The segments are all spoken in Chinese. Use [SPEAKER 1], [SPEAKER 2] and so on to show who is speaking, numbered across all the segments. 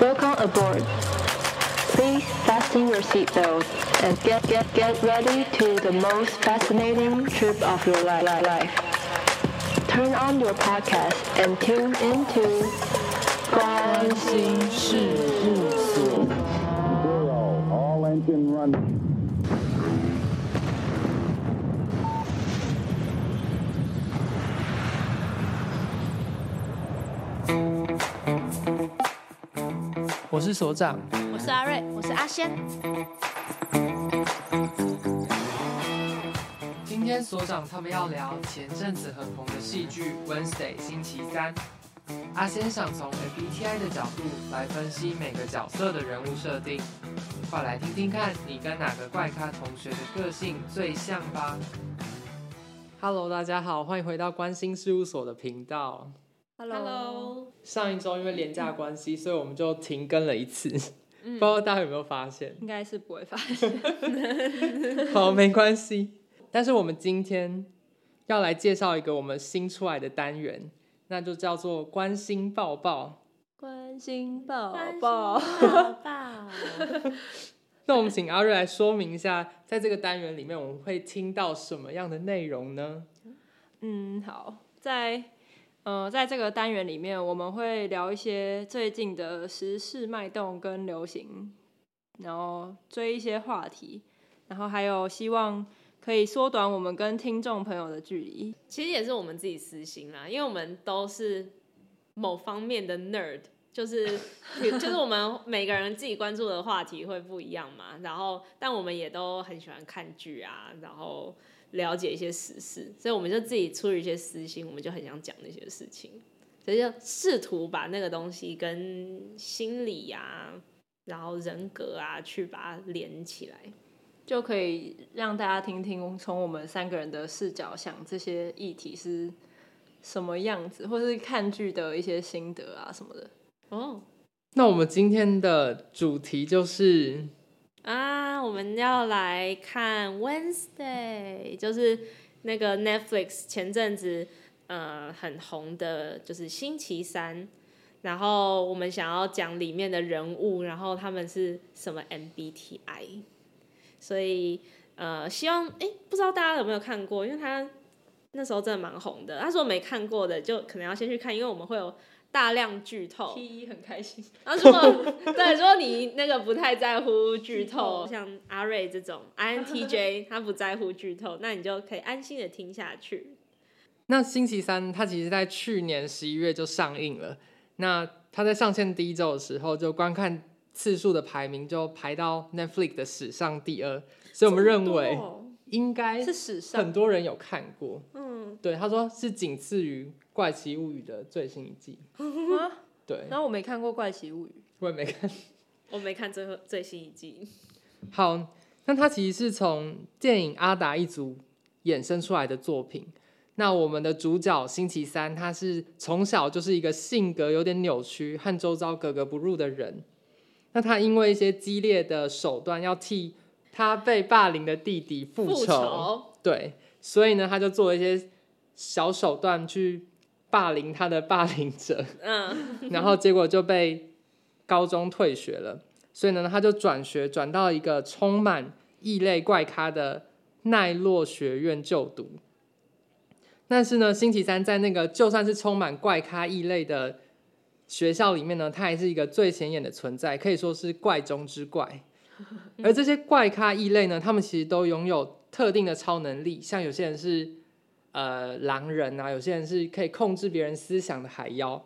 [SPEAKER 1] Welcome aboard. Please fasten your seatbelt and get get get ready to the most fascinating trip of your li- li- life. Turn on your podcast and tune into Gone
[SPEAKER 2] 心事务所。
[SPEAKER 3] Zero, all engine running.
[SPEAKER 2] 我是所长，
[SPEAKER 4] 我是阿瑞，我是阿仙。
[SPEAKER 2] 今天所长他们要聊前阵子很红的戏剧《Wednesday 星期三》。阿仙想从 MBTI 的角度来分析每个角色的人物设定，快来听听看你跟哪个怪咖同学的个性最像吧。Hello，大家好，欢迎回到关心事务所的频道。
[SPEAKER 4] Hello，
[SPEAKER 2] 上一周因为廉价关系，所以我们就停更了一次，不知道大家有没有发现？
[SPEAKER 5] 嗯应该是不会发现。
[SPEAKER 2] 好，没关系。但是我们今天要来介绍一个我们新出来的单元，那就叫做“关心抱抱
[SPEAKER 5] 关心宝
[SPEAKER 4] 宝
[SPEAKER 5] 宝，
[SPEAKER 4] 宝，”。
[SPEAKER 2] 那我们请阿瑞来说明一下，在这个单元里面我们会听到什么样的内容呢？
[SPEAKER 5] 嗯，好，在呃，在这个单元里面，我们会聊一些最近的时事脉动跟流行，然后追一些话题，然后还有希望可以缩短我们跟听众朋友的距离。
[SPEAKER 6] 其实也是我们自己私心啦，因为我们都是某方面的 nerd，就是 就是我们每个人自己关注的话题会不一样嘛。然后，但我们也都很喜欢看剧啊，然后了解一些时事，所以我们就自己出于一些私心，我们就很想讲那些事情，所以就试图把那个东西跟心理啊，然后人格啊，去把它连起来。
[SPEAKER 5] 就可以让大家听听，从我们三个人的视角想这些议题是什么样子，或是看剧的一些心得啊什么的。
[SPEAKER 6] 哦
[SPEAKER 2] 那我们今天的主题就是
[SPEAKER 6] 啊，我们要来看 Wednesday，就是那个 Netflix 前阵子呃很红的，就是星期三。然后我们想要讲里面的人物，然后他们是什么 MBTI，所以呃，希望诶，不知道大家有没有看过，因为他那时候真的蛮红的。他说没看过的，就可能要先去看，因为我们会有大量剧透。
[SPEAKER 5] T E 一很开心。
[SPEAKER 6] 然后如果对，如果你那个不太在乎剧透，像阿瑞这种 INTJ，他不在乎剧透，那你就可以安心的听下去。
[SPEAKER 2] 那星期三，它其实在去年十一月就上映了。那它在上线第一周的时候，就观看次数的排名就排到 Netflix 的史上第二，所以我们认为应该
[SPEAKER 5] 哦是史上
[SPEAKER 2] 很多人有看过。
[SPEAKER 6] 嗯，
[SPEAKER 2] 对，他说是仅次于《怪奇物语》的最新一季。对，
[SPEAKER 5] 啊然后我没看过《怪奇物语》，
[SPEAKER 2] 我也没看。
[SPEAKER 6] 我没看最后最新一季，
[SPEAKER 2] 好，那它其实是从电影《阿达一族》衍生出来的作品。那我们的主角星期三，他是从小就是一个性格有点扭曲、和周遭格格不入的人。那他因为一些激烈的手段，要替他被霸凌的弟弟复
[SPEAKER 6] 复仇
[SPEAKER 2] 对，所以呢，他就做了一些小手段去霸凌他的霸凌者。
[SPEAKER 6] 嗯，
[SPEAKER 2] 然后结果就被高中退学了，所以呢，他就转学转到一个充满异类怪咖的奈落学院就读。但是呢，星期三在那个就算是充满怪咖异类的学校里面呢，他还是一个最显眼的存在，可以说是怪中之怪。而这些怪咖异类呢，他们其实都拥有特定的超能力，像有些人是呃狼人啊，有些人是可以控制别人思想的海妖，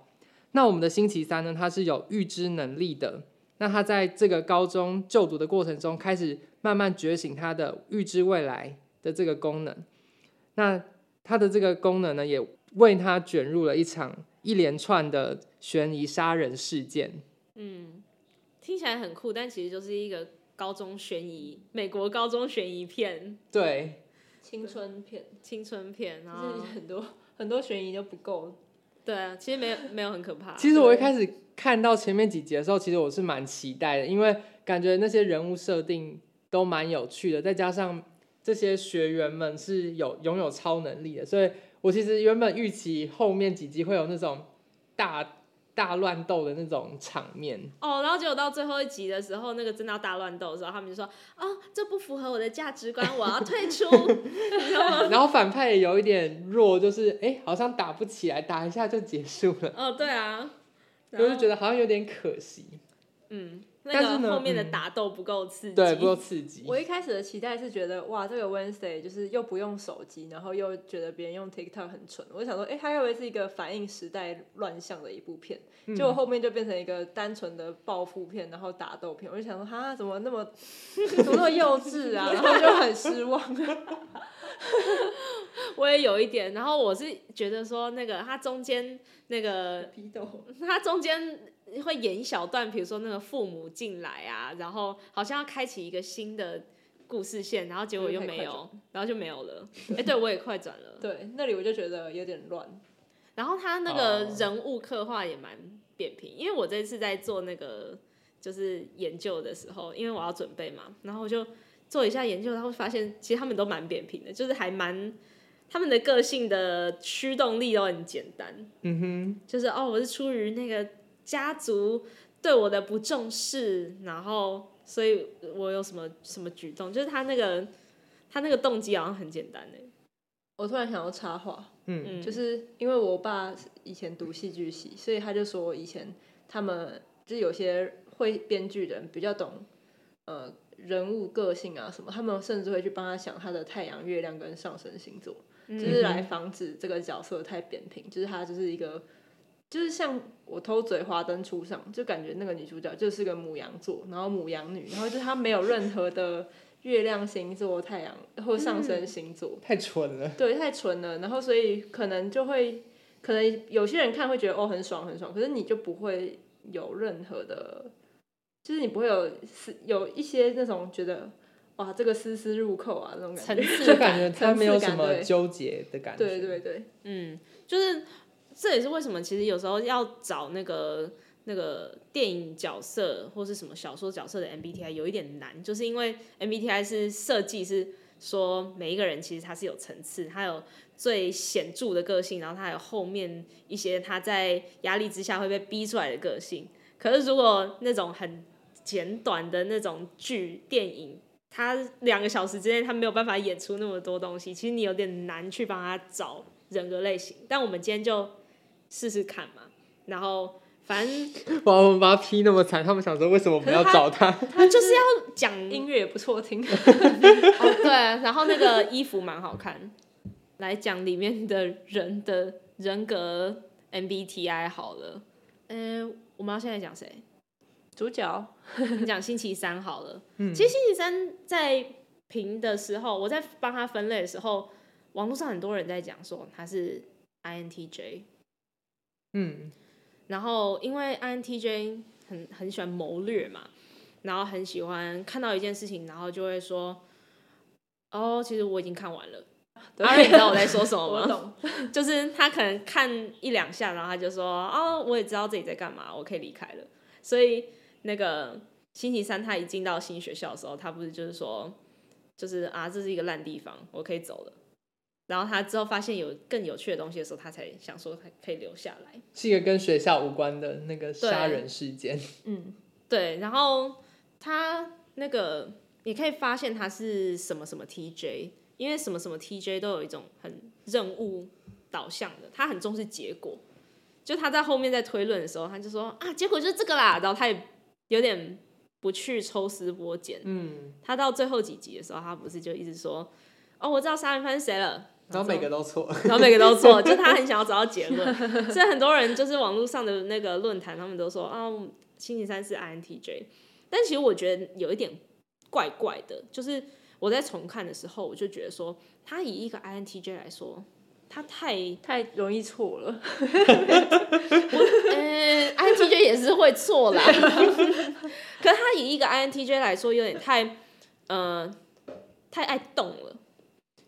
[SPEAKER 2] 那我们的星期三呢，他是有预知能力的。那他在这个高中就读的过程中，开始慢慢觉醒他的预知未来的这个功能。那他的这个功能呢，也为他卷入了一场一连串的悬疑杀人事件。
[SPEAKER 6] 听起来很酷，但其实就是一个高中悬疑，美国高中悬疑片、
[SPEAKER 2] 对，
[SPEAKER 5] 青春片，
[SPEAKER 6] 青春片
[SPEAKER 5] 就
[SPEAKER 6] 啊
[SPEAKER 5] 是。很多 很多悬疑都不够。
[SPEAKER 6] 对啊，其实没有没有很可怕。
[SPEAKER 2] 其实我一开始看到前面几集的时候，其实我是蛮期待的，因为感觉那些人物设定都蛮有趣的，再加上这些学员们是有拥有超能力的，所以我其实原本预期后面几集会有那种大大乱斗的那种场面。
[SPEAKER 6] 哦，然后结果到最后一集的时候，那个真的要大乱斗的时候，他们就说：“哦，这不符合我的价值观，我要退出。
[SPEAKER 2] 然后反派也有一点弱，就是哎、诶好像打不起来，打一下就结束”了，
[SPEAKER 6] 哦，对啊，
[SPEAKER 2] 我
[SPEAKER 6] 然后
[SPEAKER 2] 就觉得好像有点可惜，
[SPEAKER 6] 嗯，
[SPEAKER 2] 但是
[SPEAKER 6] 那
[SPEAKER 2] 呢
[SPEAKER 6] 个后面的
[SPEAKER 2] 嗯
[SPEAKER 6] 打斗不够刺激，
[SPEAKER 2] 对，不够刺激。
[SPEAKER 4] 我一开始的期待是觉得，哇，这个 Wednesday 就是又不用手机，然后又觉得别人用 TikTok 很蠢。我就想说，哎、它会不会是一个反映时代乱象的一部片？结果后面就变成一个单纯的暴富片，然后打斗片。我就想说，哈，怎么那 么怎么那么幼稚 啊？然后就很失望。
[SPEAKER 6] 我也有一点，然后我是觉得说，那个它中间那个
[SPEAKER 4] 批斗，
[SPEAKER 6] 它中间会演一小段，比如说那个父母进来啊，然后好像要开启一个新的故事线，然后结果又没有，然后就没有了。哎，对我也快转了。
[SPEAKER 4] 对，那里我就觉得有点乱。
[SPEAKER 6] 然后他那个
[SPEAKER 2] 哦
[SPEAKER 6] 人物刻画也蛮扁平，因为我这次在做那个就是研究的时候，因为我要准备嘛，然后我就做一下研究，然后发现其实他们都蛮扁平的，就是还蛮他们的个性的驱动力都很简单，
[SPEAKER 2] 嗯哼，
[SPEAKER 6] 就是哦，我是出于那个家族对我的不重视，然后所以我有什么什么举动，就是他那个他那个动机好像很简单欸诶，
[SPEAKER 4] 我突然想要插话，
[SPEAKER 2] 嗯
[SPEAKER 6] 嗯，
[SPEAKER 4] 就是因为我爸以前读戏剧系，所以他就说以前他们就是有些会编剧人比较懂，呃，人物个性啊什么，他们甚至会去帮他想他的太阳、月亮跟上升星座，
[SPEAKER 6] 嗯
[SPEAKER 4] 就是来防止这个角色太扁平，就是他就是一个。就是像我偷嘴华灯初上，就感觉那个女主角就是个母羊座，然后母羊女，然后就是她没有任何的月亮星座、太阳或上升星座，
[SPEAKER 2] 太蠢了。
[SPEAKER 4] 对，太纯了，然后所以可能就会，可能有些人看会觉得哦很爽很爽，可是你就不会有任何的，就是你不会有思有一些那种觉得哇这个丝丝入扣啊那种感
[SPEAKER 6] 层
[SPEAKER 4] 觉，
[SPEAKER 6] 次
[SPEAKER 2] 就
[SPEAKER 6] 感
[SPEAKER 2] 感觉他没有什
[SPEAKER 4] 层次感
[SPEAKER 2] 么
[SPEAKER 4] 对
[SPEAKER 2] 纠结的感觉。
[SPEAKER 4] 对对对，
[SPEAKER 6] 嗯，就是这也是为什么其实有时候要找那个那个电影角色或是什么小说角色的 MBTI 有一点难，就是因为 MBTI 是设计是说每一个人其实他是有层次，他有最显著的个性，然后他有后面一些他在压力之下会被逼出来的个性。可是如果那种很简短的那种剧电影，它两个小时之内它没有办法演出那么多东西，其实你有点难去帮他找人格类型。但我们今天就试试看嘛，然后反正
[SPEAKER 2] 哇，我们把他批那么惨，他们想说为什么我们要找他？
[SPEAKER 6] 他 就是要讲
[SPEAKER 4] 音乐也不 错听，
[SPEAKER 6] 哦，对，然后那个衣服蛮好看，来讲里面的人的人格 MBTI 好了。嗯、我们要现在讲谁？
[SPEAKER 4] 主角
[SPEAKER 6] 你讲星期三好了。其实星期三在评的时候，我在帮他分类的时候，网络上很多人在讲说他是 INTJ，
[SPEAKER 2] 嗯，
[SPEAKER 6] 然后因为 INTJ 很很喜欢谋略嘛，然后很喜欢看到一件事情，然后就会说，哦，其实我已经看完了。阿瑞，你知道我在说什么吗？
[SPEAKER 4] 我懂，
[SPEAKER 6] 就是他可能看一两下，然后他就说：“哦，我也知道自己在干嘛，我可以离开了。”所以那个星期三他一进到新学校的时候，他不是就是说，就是啊，这是一个烂地方，我可以走了。然后他之后发现有更有趣的东西的时候，他才想说还可以留下来。
[SPEAKER 2] 是一个跟学校无关的那个杀人事件。
[SPEAKER 4] 嗯，
[SPEAKER 6] 对，然后他那个你可以发现他是什么什么 TJ，因为什么什么 TJ 都有一种很任务导向的，他很重视结果。就他在后面在推论的时候，他就说啊，结果就是这个啦，然后他也有点不去抽丝剥茧。
[SPEAKER 2] 嗯，
[SPEAKER 6] 他到最后几集的时候，他不是就一直说哦，我知道杀人犯是谁了，
[SPEAKER 2] 然后每个都错。
[SPEAKER 6] 然后每个都 错，就他很想要找到结论，所以很多人就是网络上的那个论坛，他们都说啊，星期三是 INTJ，但其实我觉得有一点怪怪的，就是我在重看的时候，我就觉得说，他以一个 INTJ 来说，他 太
[SPEAKER 4] 太容易错了，
[SPEAKER 6] 呃，INTJ 也是会错啦。 可是他以一个 INTJ 来说，有点太呃太爱动了，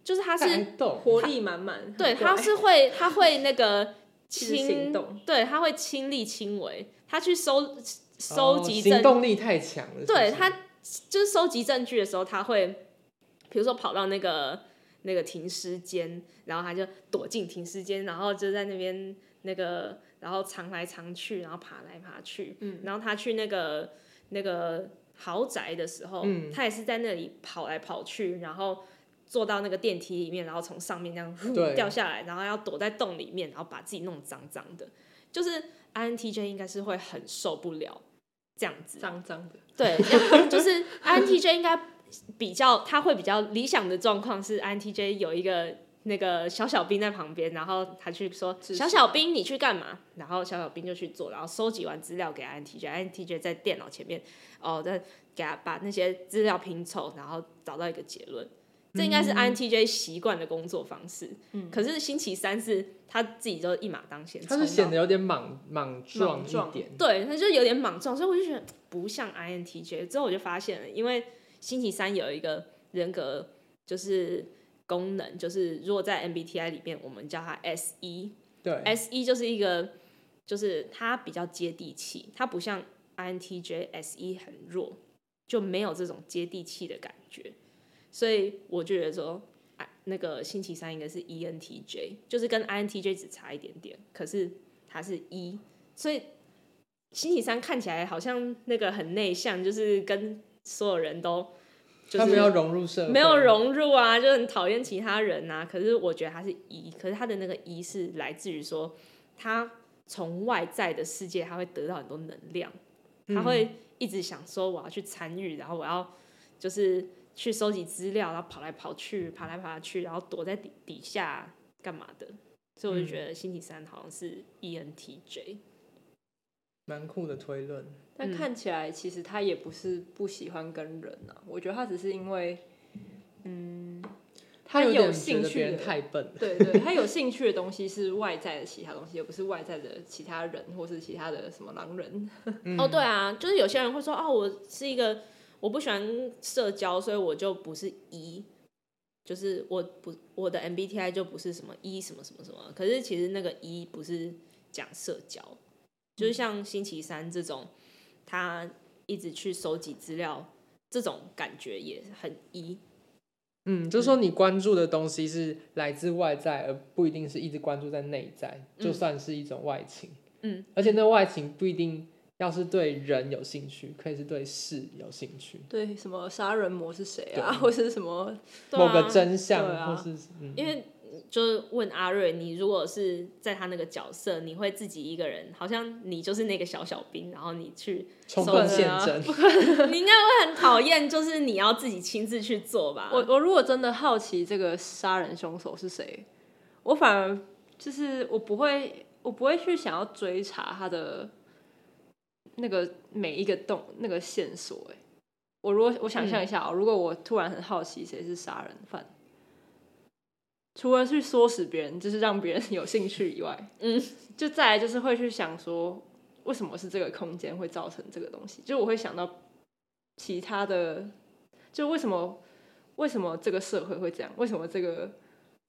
[SPEAKER 6] 就是他是
[SPEAKER 2] 动，哦
[SPEAKER 4] 活力满满，
[SPEAKER 6] 对，
[SPEAKER 4] 很怪
[SPEAKER 6] 他是会，他会那个
[SPEAKER 4] 实
[SPEAKER 6] 亲
[SPEAKER 4] 行动，
[SPEAKER 6] 对，他会亲力亲为，他去收收
[SPEAKER 2] 哦
[SPEAKER 6] 集证，
[SPEAKER 2] 行动力太强了。
[SPEAKER 6] 对
[SPEAKER 2] 是不是
[SPEAKER 6] 他就是收集证据的时候，他会，比如说跑到那个那个停尸间，然后他就躲进停尸间，然后就在那边那个，然后藏来藏去，然后爬来爬去。嗯，然后他去那个那个豪宅的时候，
[SPEAKER 2] 嗯
[SPEAKER 6] 他也是在那里跑来跑去，然后坐到那个电梯里面，然后从上面这样呼
[SPEAKER 2] 对
[SPEAKER 6] 掉下来，然后要躲在洞里面，然后把自己弄脏脏的。就是 INTJ 应该是会很受不了这样子，
[SPEAKER 4] 脏脏的，
[SPEAKER 6] 对，要就是 INTJ 应该比较，他会比较理想的状况是 INTJ 有一个那个小小兵在旁边，然后他去说
[SPEAKER 4] 指示
[SPEAKER 6] 小小兵你去干嘛？然后小小兵就去做，然后收集完资料给 INTJ，INTJ 在电脑前面哦，再给他把那些资料拼凑，然后找到一个结论。这应该是 INTJ 习惯的工作方式，
[SPEAKER 4] 嗯
[SPEAKER 6] 可是星期三是他自己就一马当先，
[SPEAKER 2] 他是
[SPEAKER 6] 冲到
[SPEAKER 2] 显得有点莽莽撞
[SPEAKER 4] 莽撞
[SPEAKER 2] 一点，
[SPEAKER 6] 对，他就有点莽撞，所以我就觉得不像 INTJ。之后我就发现了，因为星期三有一个人格就是功能，就是如果在 MBTI 里面，我们叫它 S E 一
[SPEAKER 2] 对，
[SPEAKER 6] ，S 一就是一个，就是它比较接地气，它不像 INTJ S 一 E 很弱，就没有这种接地气的感觉。所以我就觉得说，啊，那个星期三应该是 E ENTJ，就是跟 INTJ 只差一点点，可是它是 E，所以星期三看起来好像那个很内向，就是跟所有人都就
[SPEAKER 2] 他没
[SPEAKER 6] 是
[SPEAKER 2] 有融入社会，
[SPEAKER 6] 没有融入啊，就很讨厌其他人啊。可是我觉得他是一，可是他的那个一是来自于说他从外在的世界，他会得到很多能量，
[SPEAKER 2] 嗯
[SPEAKER 6] 他会一直想说我要去参与，然后我要就是去收集资料，然后跑来跑去，爬来爬去，然后躲在底底下干嘛的。所以我就觉得星期三好像是 E ENTJ，
[SPEAKER 2] 蛮酷的推论。
[SPEAKER 4] 但看起来其实他也不是不喜欢跟人啊，我觉得他只是因为，嗯，他
[SPEAKER 2] 有
[SPEAKER 4] 有
[SPEAKER 2] 点觉
[SPEAKER 4] 兴
[SPEAKER 2] 得别
[SPEAKER 4] 趣
[SPEAKER 2] 人
[SPEAKER 4] 的
[SPEAKER 2] 太笨了，
[SPEAKER 4] 对对，他有兴趣的东西是外在的其他东西，而不是外在的其他人或是其他的什么狼人。
[SPEAKER 6] 哦，对啊，就是有些人会说，哦，我是一个我不喜欢社交，所以我就不是一，就是我不我的 MBTI 就不是什么一什么什么什么。可是其实那个一不是讲社交，就是像星期三这种，他一直去收集资料，这种感觉也很一。
[SPEAKER 2] 嗯，就是说你关注的东西是来自外在，而不一定是一直关注在内在，就算是一种外情。
[SPEAKER 6] 嗯，
[SPEAKER 2] 而且那外情不一定要是对人有兴趣，可以是对事有兴趣，
[SPEAKER 4] 对，什么杀人魔是谁啊，
[SPEAKER 2] 对
[SPEAKER 4] 或是什么
[SPEAKER 6] 对
[SPEAKER 2] 某
[SPEAKER 6] 啊
[SPEAKER 2] 个真相，
[SPEAKER 4] 对啊
[SPEAKER 2] 或是嗯，
[SPEAKER 6] 因为就是问阿瑞，你如果是在他那个角色，你会自己一个人，好像你就是那个小小兵，然后你去
[SPEAKER 2] 充
[SPEAKER 6] 搜
[SPEAKER 2] 分
[SPEAKER 6] 集
[SPEAKER 2] 嗯现真，
[SPEAKER 6] 你应该会很讨厌，就是你要自己亲自去做吧。
[SPEAKER 4] 我我如果真的好奇这个杀人凶手是谁，我反而就是我不会，我不会去想要追查他的那个每一个动那个线索、欸。我如果我想象一下、哦，如果我突然很好奇谁是杀人犯，除了去唆使别人，就是让别人有兴趣以外，
[SPEAKER 6] 嗯，
[SPEAKER 4] 就再来就是会去想说，为什么是这个空间会造成这个东西？就我会想到其他的，就为什么为什么这个社会会这样？为什么这个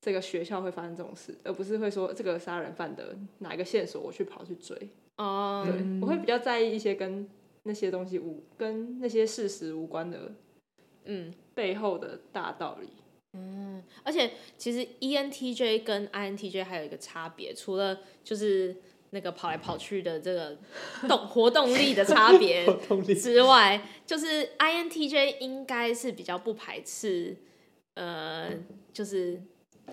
[SPEAKER 4] 这个学校会发生这种事，而不是会说这个杀人犯的哪一个线索我去跑去追？
[SPEAKER 6] 哦、
[SPEAKER 4] 对、
[SPEAKER 2] 嗯
[SPEAKER 4] 我会比较在意一些跟那些东西无跟那些事实无关的
[SPEAKER 6] 嗯
[SPEAKER 4] 背后的大道理。
[SPEAKER 6] 嗯，而且其实 E ENTJ 跟 INTJ 还有一个差别，除了就是那个跑来跑去的这个动活动力的 差别
[SPEAKER 2] 活动力
[SPEAKER 6] 之外，就是 INTJ 应该是比较不排斥，呃，就是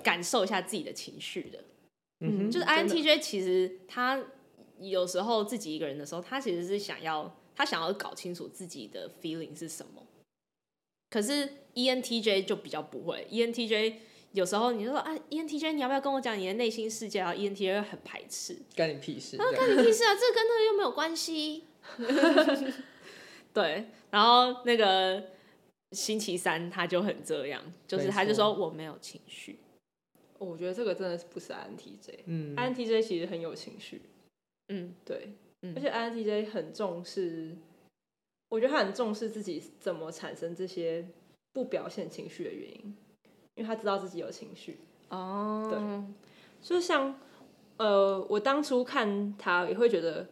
[SPEAKER 6] 感受一下自己的情绪的。
[SPEAKER 2] 嗯
[SPEAKER 6] 就是
[SPEAKER 4] 真的
[SPEAKER 6] INTJ 其实他有时候自己一个人的时候，他其实是想要他想要搞清楚自己的 feeling 是什么。可是 E ENTJ 就比较不会，ENTJ E 有时候你就说啊，ENTJ 你要不要跟我讲你的内心世界啊？ENTJ 会很排斥，
[SPEAKER 2] 干你屁事，这
[SPEAKER 6] 干
[SPEAKER 2] 样
[SPEAKER 6] 你屁事啊！这跟那个又没有关系。 对，然后那个星期三他就很这样，就是他就说我没有情绪，
[SPEAKER 4] 哦我觉得这个真的是不是 INTJ，INTJ、
[SPEAKER 2] 嗯，
[SPEAKER 4] INTJ 其实很有情绪，
[SPEAKER 6] 嗯，
[SPEAKER 4] 对，
[SPEAKER 6] 嗯
[SPEAKER 4] 而且 INTJ 很重视，我觉得他很重视自己怎么产生这些不表现情绪的原因，因为他知道自己有情绪。
[SPEAKER 6] 哦
[SPEAKER 4] 就像呃，我当初看他也会觉得，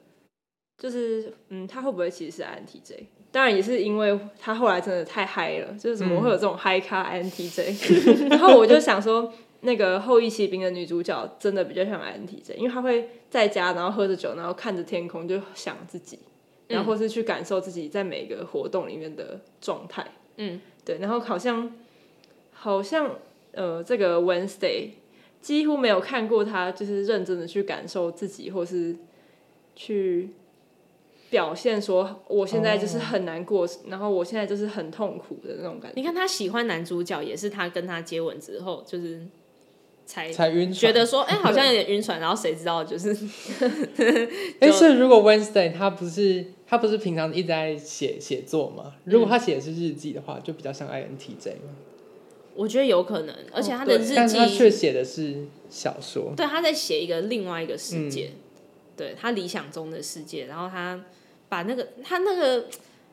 [SPEAKER 4] 就是嗯，他会不会其实是 INTJ？当然也是因为他后来真的太嗨了，就是怎么会有这种嗨咖 INTJ？、然后我就想说，那个《后羿骑兵》的女主角真的比较像 INTJ，因为她会在家，然后喝着酒，然后看着天空，就想自己，然后或是去感受自己在每个活动里面的状态。
[SPEAKER 6] 嗯，
[SPEAKER 4] 对，然后好像好像呃，这个 Wednesday 几乎没有看过他，就是认真的去感受自己，或是去表现说我现在就是很难过然后我现在就是很痛苦的那种感觉。
[SPEAKER 6] 你看他喜欢男主角，也是他跟他接吻之后，就是才
[SPEAKER 2] 才晕船
[SPEAKER 6] 觉得说，哎、好像有点晕船，然后谁知道就是
[SPEAKER 2] 哎，
[SPEAKER 6] 就
[SPEAKER 2] 所以如果 Wednesday 他不是他不是平常一直在写写作吗？如
[SPEAKER 6] 嗯
[SPEAKER 2] 果他写的是日记的话，就比较像 INTJ 嘛。
[SPEAKER 6] 我觉得有可能，而且他的
[SPEAKER 4] 对
[SPEAKER 6] 日
[SPEAKER 2] 哦但是他却
[SPEAKER 6] 记，
[SPEAKER 2] 写的是小说。
[SPEAKER 6] 对他在写一个另外一个世界，
[SPEAKER 2] 嗯
[SPEAKER 6] 对他理想中的世界，然后他把那个他那个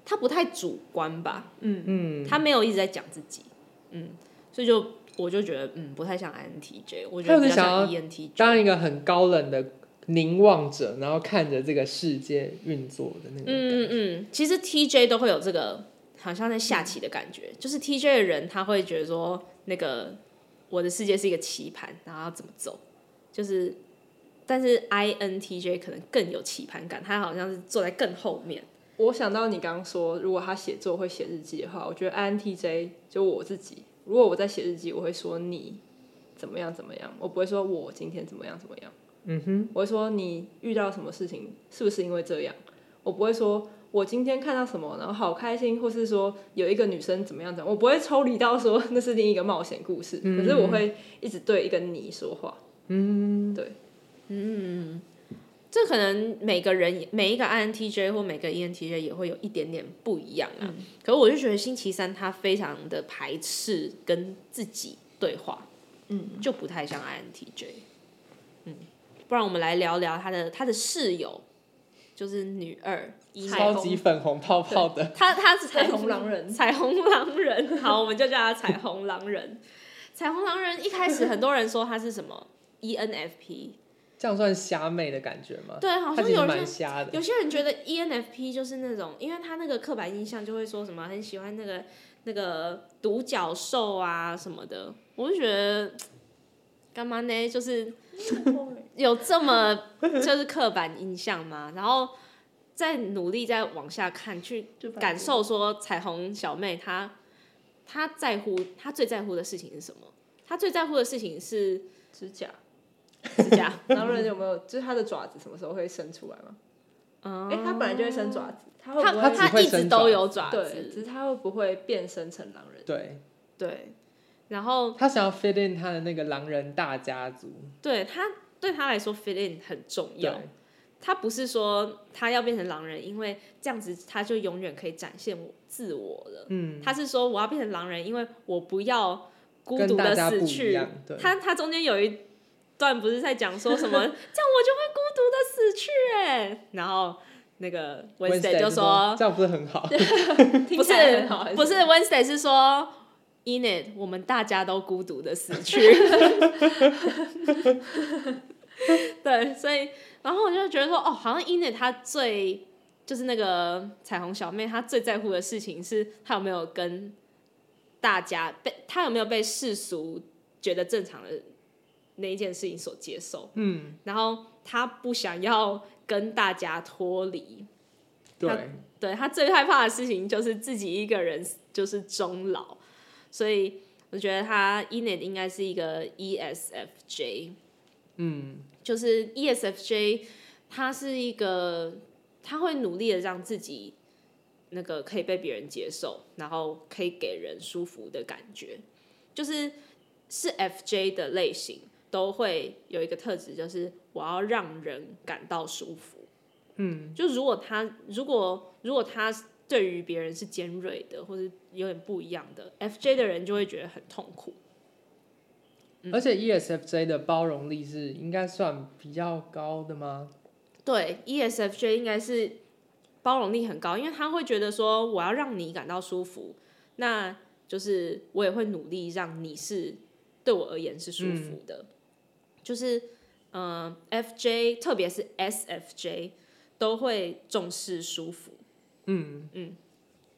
[SPEAKER 6] 他不太主观吧，
[SPEAKER 2] 嗯，
[SPEAKER 6] 他没有一直在讲自己，嗯，所以就我就觉得嗯不太像 INTJ，我觉
[SPEAKER 2] 他有
[SPEAKER 6] 得
[SPEAKER 2] 点
[SPEAKER 6] 比较
[SPEAKER 2] 想要
[SPEAKER 6] 像 E ENTJ，
[SPEAKER 2] 当一个很高冷的凝望者，然后看着这个世界运作的那种感觉。
[SPEAKER 6] 嗯嗯，其实 TJ 都会有这个好像在下棋的感觉，就是 TJ 的人他会觉得说，那个我的世界是一个棋盘，然后要怎么走，就是，但是 INTJ 可能更有棋盘感，他好像是坐在更后面，
[SPEAKER 4] 我想到你刚刚说，如果他写作会写日记的话，我觉得 INTJ 就我自己，如果我在写日记，我会说你怎么样怎么样，我不会说我今天怎么样怎么样。嗯哼，我会说你遇到什么事情，是不是因为这样？我不会说我今天看到什么，然后好开心，或是说有一个女生怎么样怎么样，我不会抽离到说那是另一个冒险故事，可是我会一直对一个你说话。嗯，对，
[SPEAKER 6] 这可能每个人每一个 INTJ 或每个 E ENTJ 也会有一点点不一样啊。可我就觉得星期三他非常的排斥跟自己对话，嗯，就不太像 INTJ。嗯，不然我们来聊聊他的他的室友，就是女二一
[SPEAKER 4] 彩
[SPEAKER 2] 超
[SPEAKER 4] 虹
[SPEAKER 2] 级粉红泡泡的，
[SPEAKER 6] 他他是
[SPEAKER 4] 彩虹狼人
[SPEAKER 6] 彩虹狼人，好，我们就叫他彩虹狼人。彩虹狼人一开始很多人说他是什么？E ENFP，
[SPEAKER 2] 这样算瞎妹的感觉吗？
[SPEAKER 6] 对，好
[SPEAKER 2] 他
[SPEAKER 6] 像
[SPEAKER 2] 其实
[SPEAKER 6] 有人
[SPEAKER 2] 蛮瞎
[SPEAKER 6] 有
[SPEAKER 2] 的。
[SPEAKER 6] 些人觉得 E ENFP 就是那种，因为他那个刻板印象就会说什么很喜欢那个那个独角兽啊什么的，我就觉得干嘛呢？就是有这么就是刻板印象吗？然后再努力再往下看，去感受说彩虹小妹她她在乎她最在乎的事情是什么？她最在乎的事情是
[SPEAKER 4] 指甲。
[SPEAKER 6] 指 甲。
[SPEAKER 4] 狼人有没有就是它的爪子什么时候会伸出来吗？
[SPEAKER 6] 嗯
[SPEAKER 4] 哎、它本来就会伸爪子，它会
[SPEAKER 6] 她
[SPEAKER 4] 不会？
[SPEAKER 2] 只
[SPEAKER 6] 她
[SPEAKER 2] 会
[SPEAKER 6] 一直
[SPEAKER 2] 伸爪
[SPEAKER 6] 都
[SPEAKER 2] 子
[SPEAKER 6] 有爪
[SPEAKER 4] 对，
[SPEAKER 6] 子，
[SPEAKER 4] 只是它会不会变身成狼人？
[SPEAKER 2] 对
[SPEAKER 6] 对，然后
[SPEAKER 2] 他想要 fit in 他的那个狼人大家族，
[SPEAKER 6] 对他对他来说 fit in 很重
[SPEAKER 2] 对
[SPEAKER 6] 要。他不是说他要变成狼人，因为这样子他就永远可以展现我自我了。
[SPEAKER 2] 嗯，
[SPEAKER 6] 他是说我要变成狼人，因为我不要孤
[SPEAKER 2] 跟
[SPEAKER 6] 独
[SPEAKER 2] 大
[SPEAKER 6] 的
[SPEAKER 2] 家不
[SPEAKER 6] 死
[SPEAKER 2] 一
[SPEAKER 6] 去
[SPEAKER 2] 样。。对，
[SPEAKER 6] 他他中间有一段不是在讲 说什么，这样我就会孤独的死去哎、然后那个 Wednesday
[SPEAKER 2] Wednesday
[SPEAKER 6] 就说
[SPEAKER 2] 这样不是很好，
[SPEAKER 4] 听
[SPEAKER 6] 不
[SPEAKER 4] 起来
[SPEAKER 6] 是
[SPEAKER 4] 很好还
[SPEAKER 6] 不是
[SPEAKER 4] 是
[SPEAKER 6] Wednesday 是说 Enid，我们大家都孤独的死 去。对，所以然后我就觉得说，哦，好像 Enid 她最就是那个彩虹小妹，她最在乎的事情是她有没有跟大家被她有没有被世俗觉得正常的那一件事情所接受，
[SPEAKER 2] 嗯，
[SPEAKER 6] 然后她不想要跟大家脱离，
[SPEAKER 2] 对，
[SPEAKER 6] 对他最害怕的事情就是自己一个人就是终老，所以我觉得他 Enid 应该是一个 E ESFJ，
[SPEAKER 2] 嗯，
[SPEAKER 6] 就是 E ESFJ，他是一个他会努力的让自己那个可以被别人接受，然后可以给人舒服的感觉，就是是 FJ 的类型都会有一个特质，就是我要让人感到舒服。嗯，就如果他如果如果他对于别人是尖锐的，或是有点不一样的，FJ 的人就会觉得很痛苦。嗯
[SPEAKER 2] 而且 E ESFJ 的包容力是应该算比较高的吗？
[SPEAKER 6] 对，ESFJ E 应该是包容力很高，因为他会觉得说我要让你感到舒服，那就是我也会努力让你是对我而言是舒服的。就是嗯、呃 FJ 特别是 SFJ 都会重视舒服，
[SPEAKER 2] 嗯，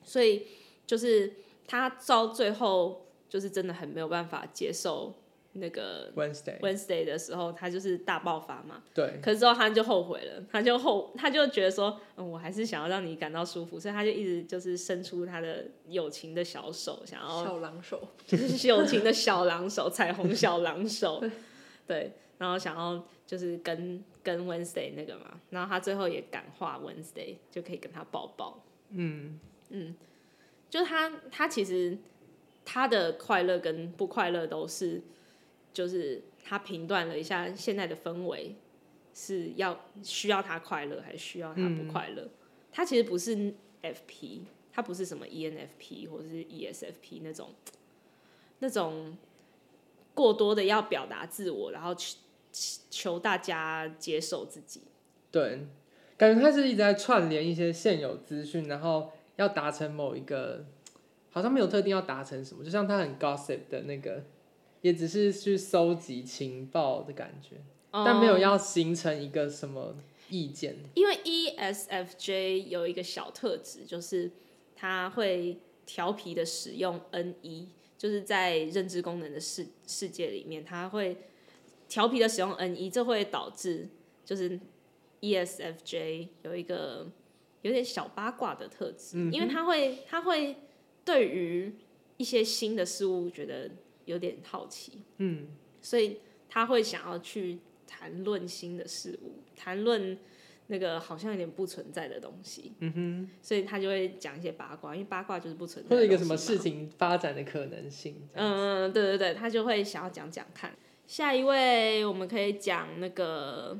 [SPEAKER 6] 所以就是他到最后就是真的很没有办法接受那个
[SPEAKER 2] Wednesday，
[SPEAKER 6] Wednesday 的时候，他就是大爆发嘛。
[SPEAKER 2] 对，
[SPEAKER 6] 可是之后他就后悔了，他就后他就觉得说，嗯，我还是想要让你感到舒服，所以他就一直就是伸出他的友情的小手，想要
[SPEAKER 4] 小狼手，
[SPEAKER 6] 就是友情的小狼手， 彩虹小狼手，对，然后想要就是跟跟 Wednesday 那个嘛，然后他最后也感化 Wednesday，就可以跟他抱抱，
[SPEAKER 2] 嗯，
[SPEAKER 6] 就是他他其实他的快乐跟不快乐都是，就是他评断了一下现在的氛围是要需要他快乐还是需要他不快乐，他其实不是 FP，他不是什么 E ENFP 或者是 E ESFP 那种那种过多的要表达自我，然后去求大家接受自己。
[SPEAKER 2] 对，感觉他是一直在串联一些现有资讯，然后要达成某一个，好像没有特定要达成什么，就像他很 gossip 的那个，也只是去搜集情报的感觉，
[SPEAKER 6] 哦
[SPEAKER 2] 但没有要形成一个什么意见。
[SPEAKER 6] 因为 E ESFJ 有一个小特质，就是他会调皮的使用 N E 一，就是在认知功能的世世界里面，他会调皮的使用 N E，一，这会导致就是 E ESFJ 有一个有点小八卦的特质，
[SPEAKER 2] 嗯
[SPEAKER 6] 因为他会他会对于一些新的事物觉得有点好奇，
[SPEAKER 2] 嗯，
[SPEAKER 6] 所以他会想要去谈论新的事物，谈论那个好像有点不存在的东西。嗯哼，所以他就会讲一些八卦，因为八卦就是不存在
[SPEAKER 2] 或
[SPEAKER 6] 的
[SPEAKER 2] 者一个
[SPEAKER 6] 东
[SPEAKER 2] 什
[SPEAKER 6] 西
[SPEAKER 2] 么事。
[SPEAKER 6] 嘛
[SPEAKER 2] 情发展的可能性。这样
[SPEAKER 6] 嗯，对对对，他就会想要讲讲看。下一位我们可以讲那个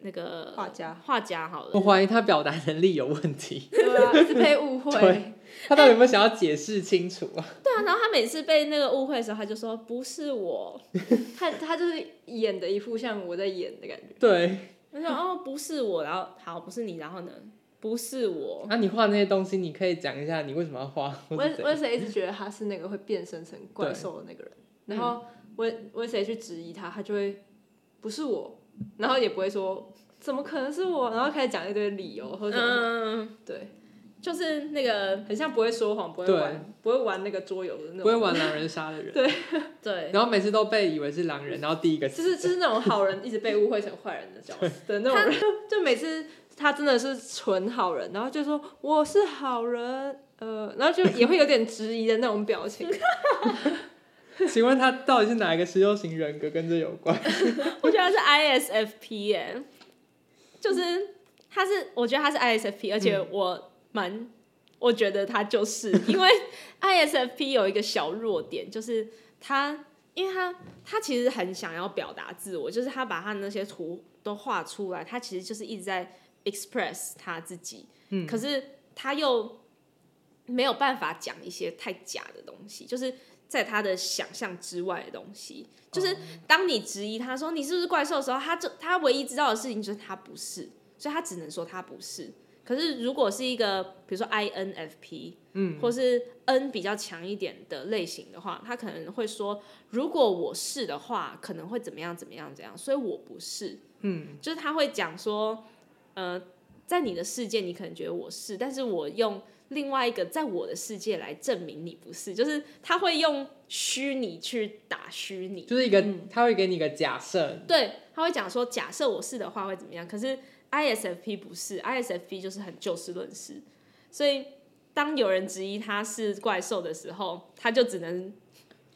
[SPEAKER 6] 那个
[SPEAKER 4] 画家
[SPEAKER 6] 画家好
[SPEAKER 2] 我
[SPEAKER 6] 了。
[SPEAKER 2] 怀疑他表达能力有问题，
[SPEAKER 4] 对啊，一直被误
[SPEAKER 2] 对
[SPEAKER 4] 会，
[SPEAKER 2] 他到底有没有想要解释清楚啊？
[SPEAKER 6] 对啊，然后他每次被那个误会的时候，他就说不是我，
[SPEAKER 4] 他他就是演的一副像我在演的感觉，
[SPEAKER 2] 对，
[SPEAKER 6] 他说哦不是我，然后好不是你，然后呢不是我，
[SPEAKER 2] 那、啊你画那些东西，你可以讲一下你为什么要画，或
[SPEAKER 4] 温
[SPEAKER 2] 是怎
[SPEAKER 4] 温
[SPEAKER 2] 样？
[SPEAKER 4] 谁一直觉得他是那个会变身成怪兽的那个人，然
[SPEAKER 6] 嗯
[SPEAKER 4] 后温温谁去质疑他，他就会不是我，然后也不会说怎么可能是我，然后开始讲一堆理由或者什么，
[SPEAKER 6] 嗯，
[SPEAKER 4] 对，
[SPEAKER 6] 就是那个
[SPEAKER 4] 很像不会说谎，不会
[SPEAKER 2] 对
[SPEAKER 4] 玩，不会玩那个桌游的那种，
[SPEAKER 2] 不会玩狼人杀的人，
[SPEAKER 4] 对
[SPEAKER 6] 对，
[SPEAKER 2] 然后每次都被以为是狼人，然后第一个
[SPEAKER 4] 就是就是那种好人一直被误会成坏人的角色的那种人，就就每次他真的是纯好人，然后就说我是好人，呃，然后就也会有点质疑的那种表 情。
[SPEAKER 2] 请问他到底是哪一个十六型人格跟这有关？
[SPEAKER 6] 我觉得他是 ISFP 耶、就是他是，我觉得他是 ISFP，而且我蛮、我觉得他就是，因为 ISFP 有一个小弱点，就是他，因为他他其实很想要表达自我，就是他把他那些图都画出来，他其实就是一直在 express 他自己，
[SPEAKER 2] 嗯
[SPEAKER 6] 可是他又没有办法讲一些太假的东西，就是在他的想象之外的东西，就是当你质疑他说你是不是怪兽的时候，他就他唯一知道的事情就是他不是，所以他只能说他不是。可是如果是一个比如说 INFP，
[SPEAKER 2] 嗯，
[SPEAKER 6] 或是 N 比较强一点的类型的话，他可能会说，如果我是的话，可能会怎么样怎么样怎样，所以我不是。
[SPEAKER 2] 嗯，
[SPEAKER 6] 就是他会讲说，呃，在你的世界你可能觉得我是，但是我用另外一个在我的世界来证明你不是，就是他会用虚拟去打虚拟，
[SPEAKER 2] 就是一个、
[SPEAKER 6] 嗯
[SPEAKER 2] 他会给你一个假设，
[SPEAKER 6] 对，他会讲说，假设我是的话会怎么样？可是 ISFP 不是，ISFP 就是很就事论事，所以当有人质疑他是怪兽的时候，他就只能。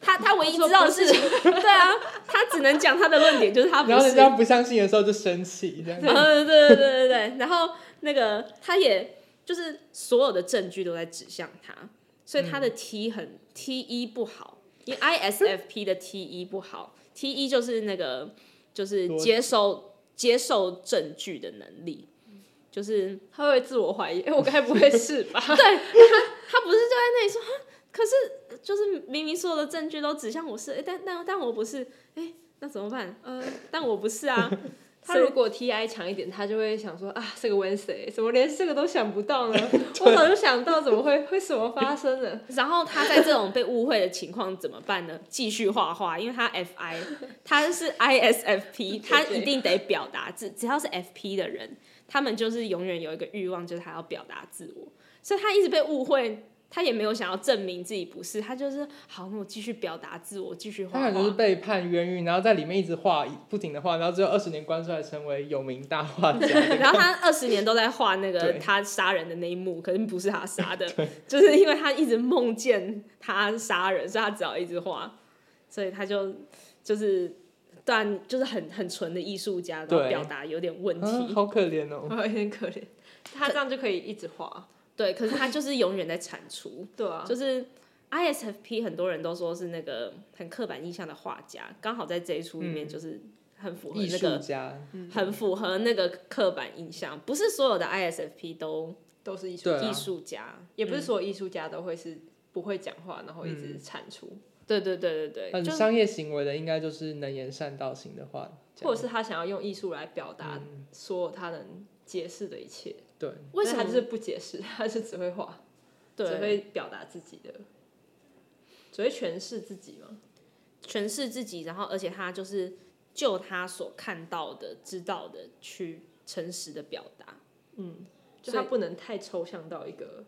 [SPEAKER 6] 他他唯一知道的事情，对啊，他只能讲他的论点，就是他不
[SPEAKER 2] 然后人。
[SPEAKER 6] 是
[SPEAKER 2] 家不相信的时候就生气，这样
[SPEAKER 6] 然后对对对对对，然后那个他也就是所有的证据都在指向他，所以他的 T 很、T 一不好，因为 ISFP 的 T 一不好，T 一就是那个就是
[SPEAKER 2] 逻辑
[SPEAKER 6] 接受接受证据的能力，就是
[SPEAKER 4] 他会自我怀疑，哎、我该不会是 吧？
[SPEAKER 6] 他不是就在那里说，哈可是就是明明所有的证据都指向我是，诶但但但我不是，哎、那怎么办？呃，但我不是啊，
[SPEAKER 4] 他如果 T I 强一点，他就会想说啊，这个 Wednesday 怎么连这个都想不 到呢？我早就想到，怎么会会什么发生呢？
[SPEAKER 6] 然后他在这种被误会的情况怎么办呢？继续画画，因为他 FI，他是 ISFP，他一定得表达自，只要是 FP 的人，他们就是永远有一个欲望，就是他要表达自我。所以他一直被误会，他也没有想要证明自己不是，他就是好，那我继续表达自我，继续画
[SPEAKER 2] 他
[SPEAKER 6] 画。
[SPEAKER 2] 感觉是被判冤狱，然后在里面一直画，不停的画，然后最后二十年关出来，成为有名大画家。
[SPEAKER 6] 然后 他二十年都在画那个
[SPEAKER 2] 对
[SPEAKER 6] 他杀人的那一幕，可是不是他杀的，就是因为他一直梦见他杀人，所以他只好一直画，所以他就就是断，就是很很纯的艺术家，然后
[SPEAKER 2] 对
[SPEAKER 6] 表达有点问
[SPEAKER 2] 啊
[SPEAKER 6] 题。
[SPEAKER 2] 好可怜哦！
[SPEAKER 4] 我有点可怜。 他这样就可以一直画，
[SPEAKER 6] 对，可是他就是永远在产 出，
[SPEAKER 4] 对啊，
[SPEAKER 6] 就是 ISFP 很多人都说是那个很刻板印象的画家，刚好在这一出里面
[SPEAKER 2] 嗯
[SPEAKER 6] 就是很符合
[SPEAKER 2] 艺
[SPEAKER 6] 那
[SPEAKER 2] 术嗯
[SPEAKER 6] 个，
[SPEAKER 2] 家，
[SPEAKER 6] 很符合那个刻板印象。不是所有的 ISFP 都
[SPEAKER 4] 都是艺术
[SPEAKER 2] 对
[SPEAKER 4] 家，
[SPEAKER 2] 啊
[SPEAKER 6] 艺术家，
[SPEAKER 4] 也不是所有艺术家都会是不会讲话，然后一
[SPEAKER 2] 嗯
[SPEAKER 4] 直产出，
[SPEAKER 6] 对对对对对，
[SPEAKER 2] 很
[SPEAKER 6] 就
[SPEAKER 2] 商业行为的，应该就是能言善道型的画家，
[SPEAKER 4] 或者是他想要用艺术来表达
[SPEAKER 2] 嗯
[SPEAKER 4] 所有他能解释的一切，
[SPEAKER 2] 对，
[SPEAKER 6] 为什么
[SPEAKER 4] 但是他就是不解释， 他就只会画，只
[SPEAKER 6] 对
[SPEAKER 4] 会表达自己的，只会诠释自己嘛？
[SPEAKER 6] 诠释自己，然后而且他就是就他所看到的、知道的去诚实的表达。
[SPEAKER 4] 就
[SPEAKER 6] 所
[SPEAKER 4] 他
[SPEAKER 6] 以
[SPEAKER 4] 不能太抽象到一个，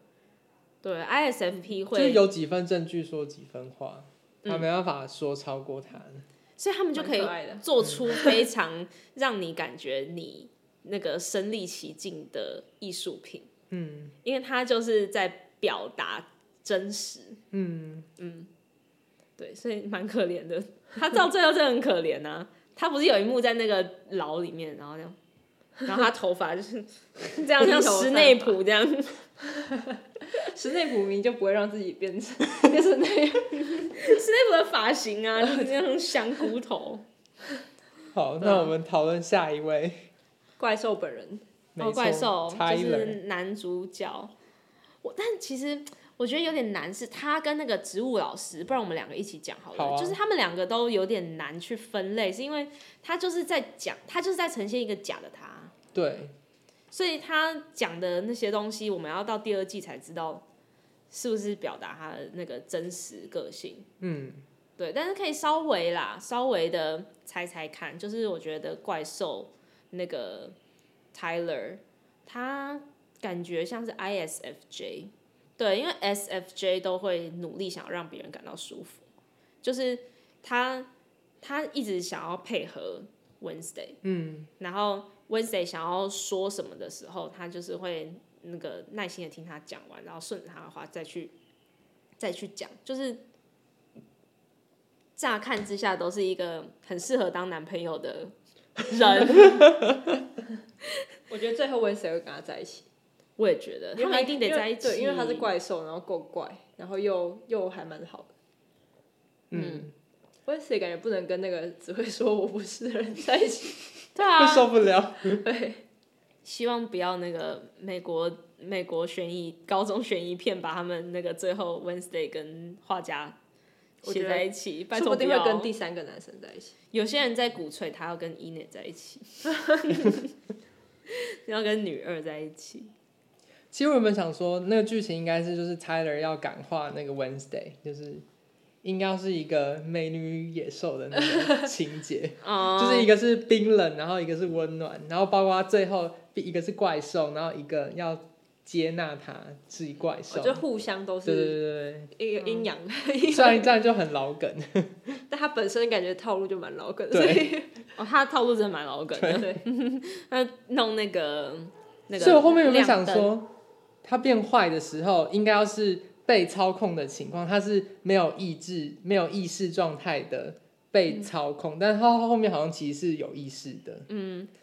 [SPEAKER 6] 对 ISFP
[SPEAKER 2] 就是
[SPEAKER 6] 会，
[SPEAKER 2] 有几份证据说几分话，
[SPEAKER 6] 嗯
[SPEAKER 2] 他没办法说超过他的。
[SPEAKER 6] 所以他们就可以
[SPEAKER 4] 蛮可爱的
[SPEAKER 6] 做出非常让你感觉你那个身临其境的艺术品。
[SPEAKER 2] 嗯
[SPEAKER 6] 因为他就是在表达真实，
[SPEAKER 2] 嗯，
[SPEAKER 6] 对，所以蛮可怜的。他到最后真的很可怜啊！他不是有一幕在那个牢里面，然后这样，然后他头发就是这样，像
[SPEAKER 4] 头
[SPEAKER 6] 石
[SPEAKER 4] 散
[SPEAKER 6] 内
[SPEAKER 4] 发
[SPEAKER 6] 普这样，
[SPEAKER 4] 室内普迷就不会让自己变成变成那样。
[SPEAKER 6] 石内普的发型啊，就是那种香菇 头。
[SPEAKER 2] 好，
[SPEAKER 6] 对啊
[SPEAKER 2] 那我们讨论下一位，
[SPEAKER 4] 怪兽本人
[SPEAKER 2] 没
[SPEAKER 6] 哦，
[SPEAKER 2] 错
[SPEAKER 6] 怪兽就
[SPEAKER 2] Tyler，
[SPEAKER 6] 是男主角。我但其实我觉得有点难，是他跟那个植物老师，不然我们两个一起讲好了。
[SPEAKER 2] 好啊
[SPEAKER 6] 就是他们两个都有点难去分类，是因为他就是在讲，他就是在呈现一个假的他，
[SPEAKER 2] 对，
[SPEAKER 6] 所以他讲的那些东西，我们要到第二季才知道是不是表达他的那个真实个性。
[SPEAKER 2] 嗯，
[SPEAKER 6] 对，但是可以稍微啦，稍微的猜猜看，就是我觉得怪兽那个 Tyler，他感觉像是 ISFJ，对，因为 SFJ 都会努力想要让别人感到舒服，就是他他一直想要配合 Wednesday，
[SPEAKER 2] 嗯，
[SPEAKER 6] 然后 Wednesday 想要说什么的时候，他就是会那个耐心的听他讲完，然后顺着他的话再去再去讲，就是乍看之下都是一个很适合当男朋友的人，
[SPEAKER 4] 我觉得最后温谁会跟他在一起？
[SPEAKER 6] 我也觉得他
[SPEAKER 4] 因为
[SPEAKER 6] 们一定得在一起，
[SPEAKER 4] 对，因为他是，怪兽，然后够怪，然后又又还蛮好的。
[SPEAKER 2] 嗯，
[SPEAKER 4] 温谁感觉不能跟那个只会说我不是的人在一起。
[SPEAKER 6] 对
[SPEAKER 2] 会
[SPEAKER 6] 啊，
[SPEAKER 2] 受不了，
[SPEAKER 4] 对，
[SPEAKER 6] 希望不要那个美国美国悬疑高中悬疑片把他们那个最后 Wednesday 跟画家
[SPEAKER 4] 我觉
[SPEAKER 6] 写
[SPEAKER 4] 得
[SPEAKER 6] 在一起， 拜
[SPEAKER 4] 说
[SPEAKER 6] 托
[SPEAKER 4] 不
[SPEAKER 6] 不
[SPEAKER 4] 定会
[SPEAKER 6] 要
[SPEAKER 4] 跟第三个男生在一起。
[SPEAKER 6] 有些人在鼓吹他要跟伊内在一起， 要跟女二在一起。
[SPEAKER 2] 其实我们想说，那个剧情应该是就是 Tyler 要感化那个 Wednesday，就是应该是一个美女与野兽的那个情节，
[SPEAKER 6] 哦
[SPEAKER 2] 就是一个是冰冷，然后一个是温暖，然后包括最后一个是怪兽，然后一个要接纳他是怪
[SPEAKER 4] 我
[SPEAKER 2] 兽，
[SPEAKER 4] 觉得
[SPEAKER 2] 对
[SPEAKER 4] 互相都
[SPEAKER 2] 对
[SPEAKER 4] 是
[SPEAKER 2] 哦对嗯
[SPEAKER 4] 一个阴阳，
[SPEAKER 2] 对，虽然这样就很老梗，
[SPEAKER 4] 但他本身感觉套路就蛮老梗的，所
[SPEAKER 2] 对
[SPEAKER 4] 以
[SPEAKER 6] 哦，他的套路真的蛮老梗的，
[SPEAKER 4] 对，
[SPEAKER 6] 他弄那个那个。
[SPEAKER 2] 所以我后面有没有想，说，他变坏的时候，应该要是被操控的情况，他是没有意志、没有意识状态的被操
[SPEAKER 6] 嗯
[SPEAKER 2] 控，但是他后面好像其实是有意识的，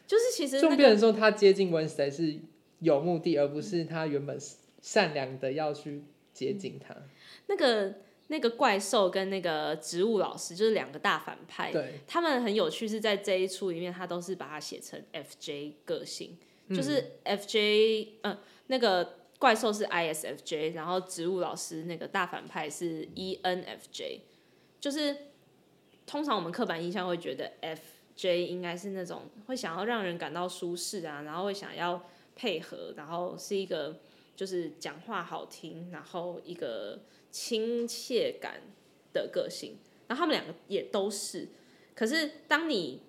[SPEAKER 6] 就是其实
[SPEAKER 2] 就
[SPEAKER 6] 那
[SPEAKER 2] 变
[SPEAKER 6] 个
[SPEAKER 2] 成说他接近 Wednesday 是有目的，而不是他原本善良的要去接近他。
[SPEAKER 6] 那个那个怪兽跟那个植物老师就是两个大反派，
[SPEAKER 2] 对，
[SPEAKER 6] 他们很有趣，是在这一出里面，他都是把它写成 FJ 个性，
[SPEAKER 2] 嗯
[SPEAKER 6] 就是 FJ 呃那个怪兽是 ISFJ，然后植物老师那个大反派是 E ENFJ，就是通常我们刻板印象会觉得 FJ 应该是那种会想要让人感到舒适啊，然后会想要配合，然后是一个就是讲话好听，然后一个亲切感的个性，然后他们两个也都是。可是当你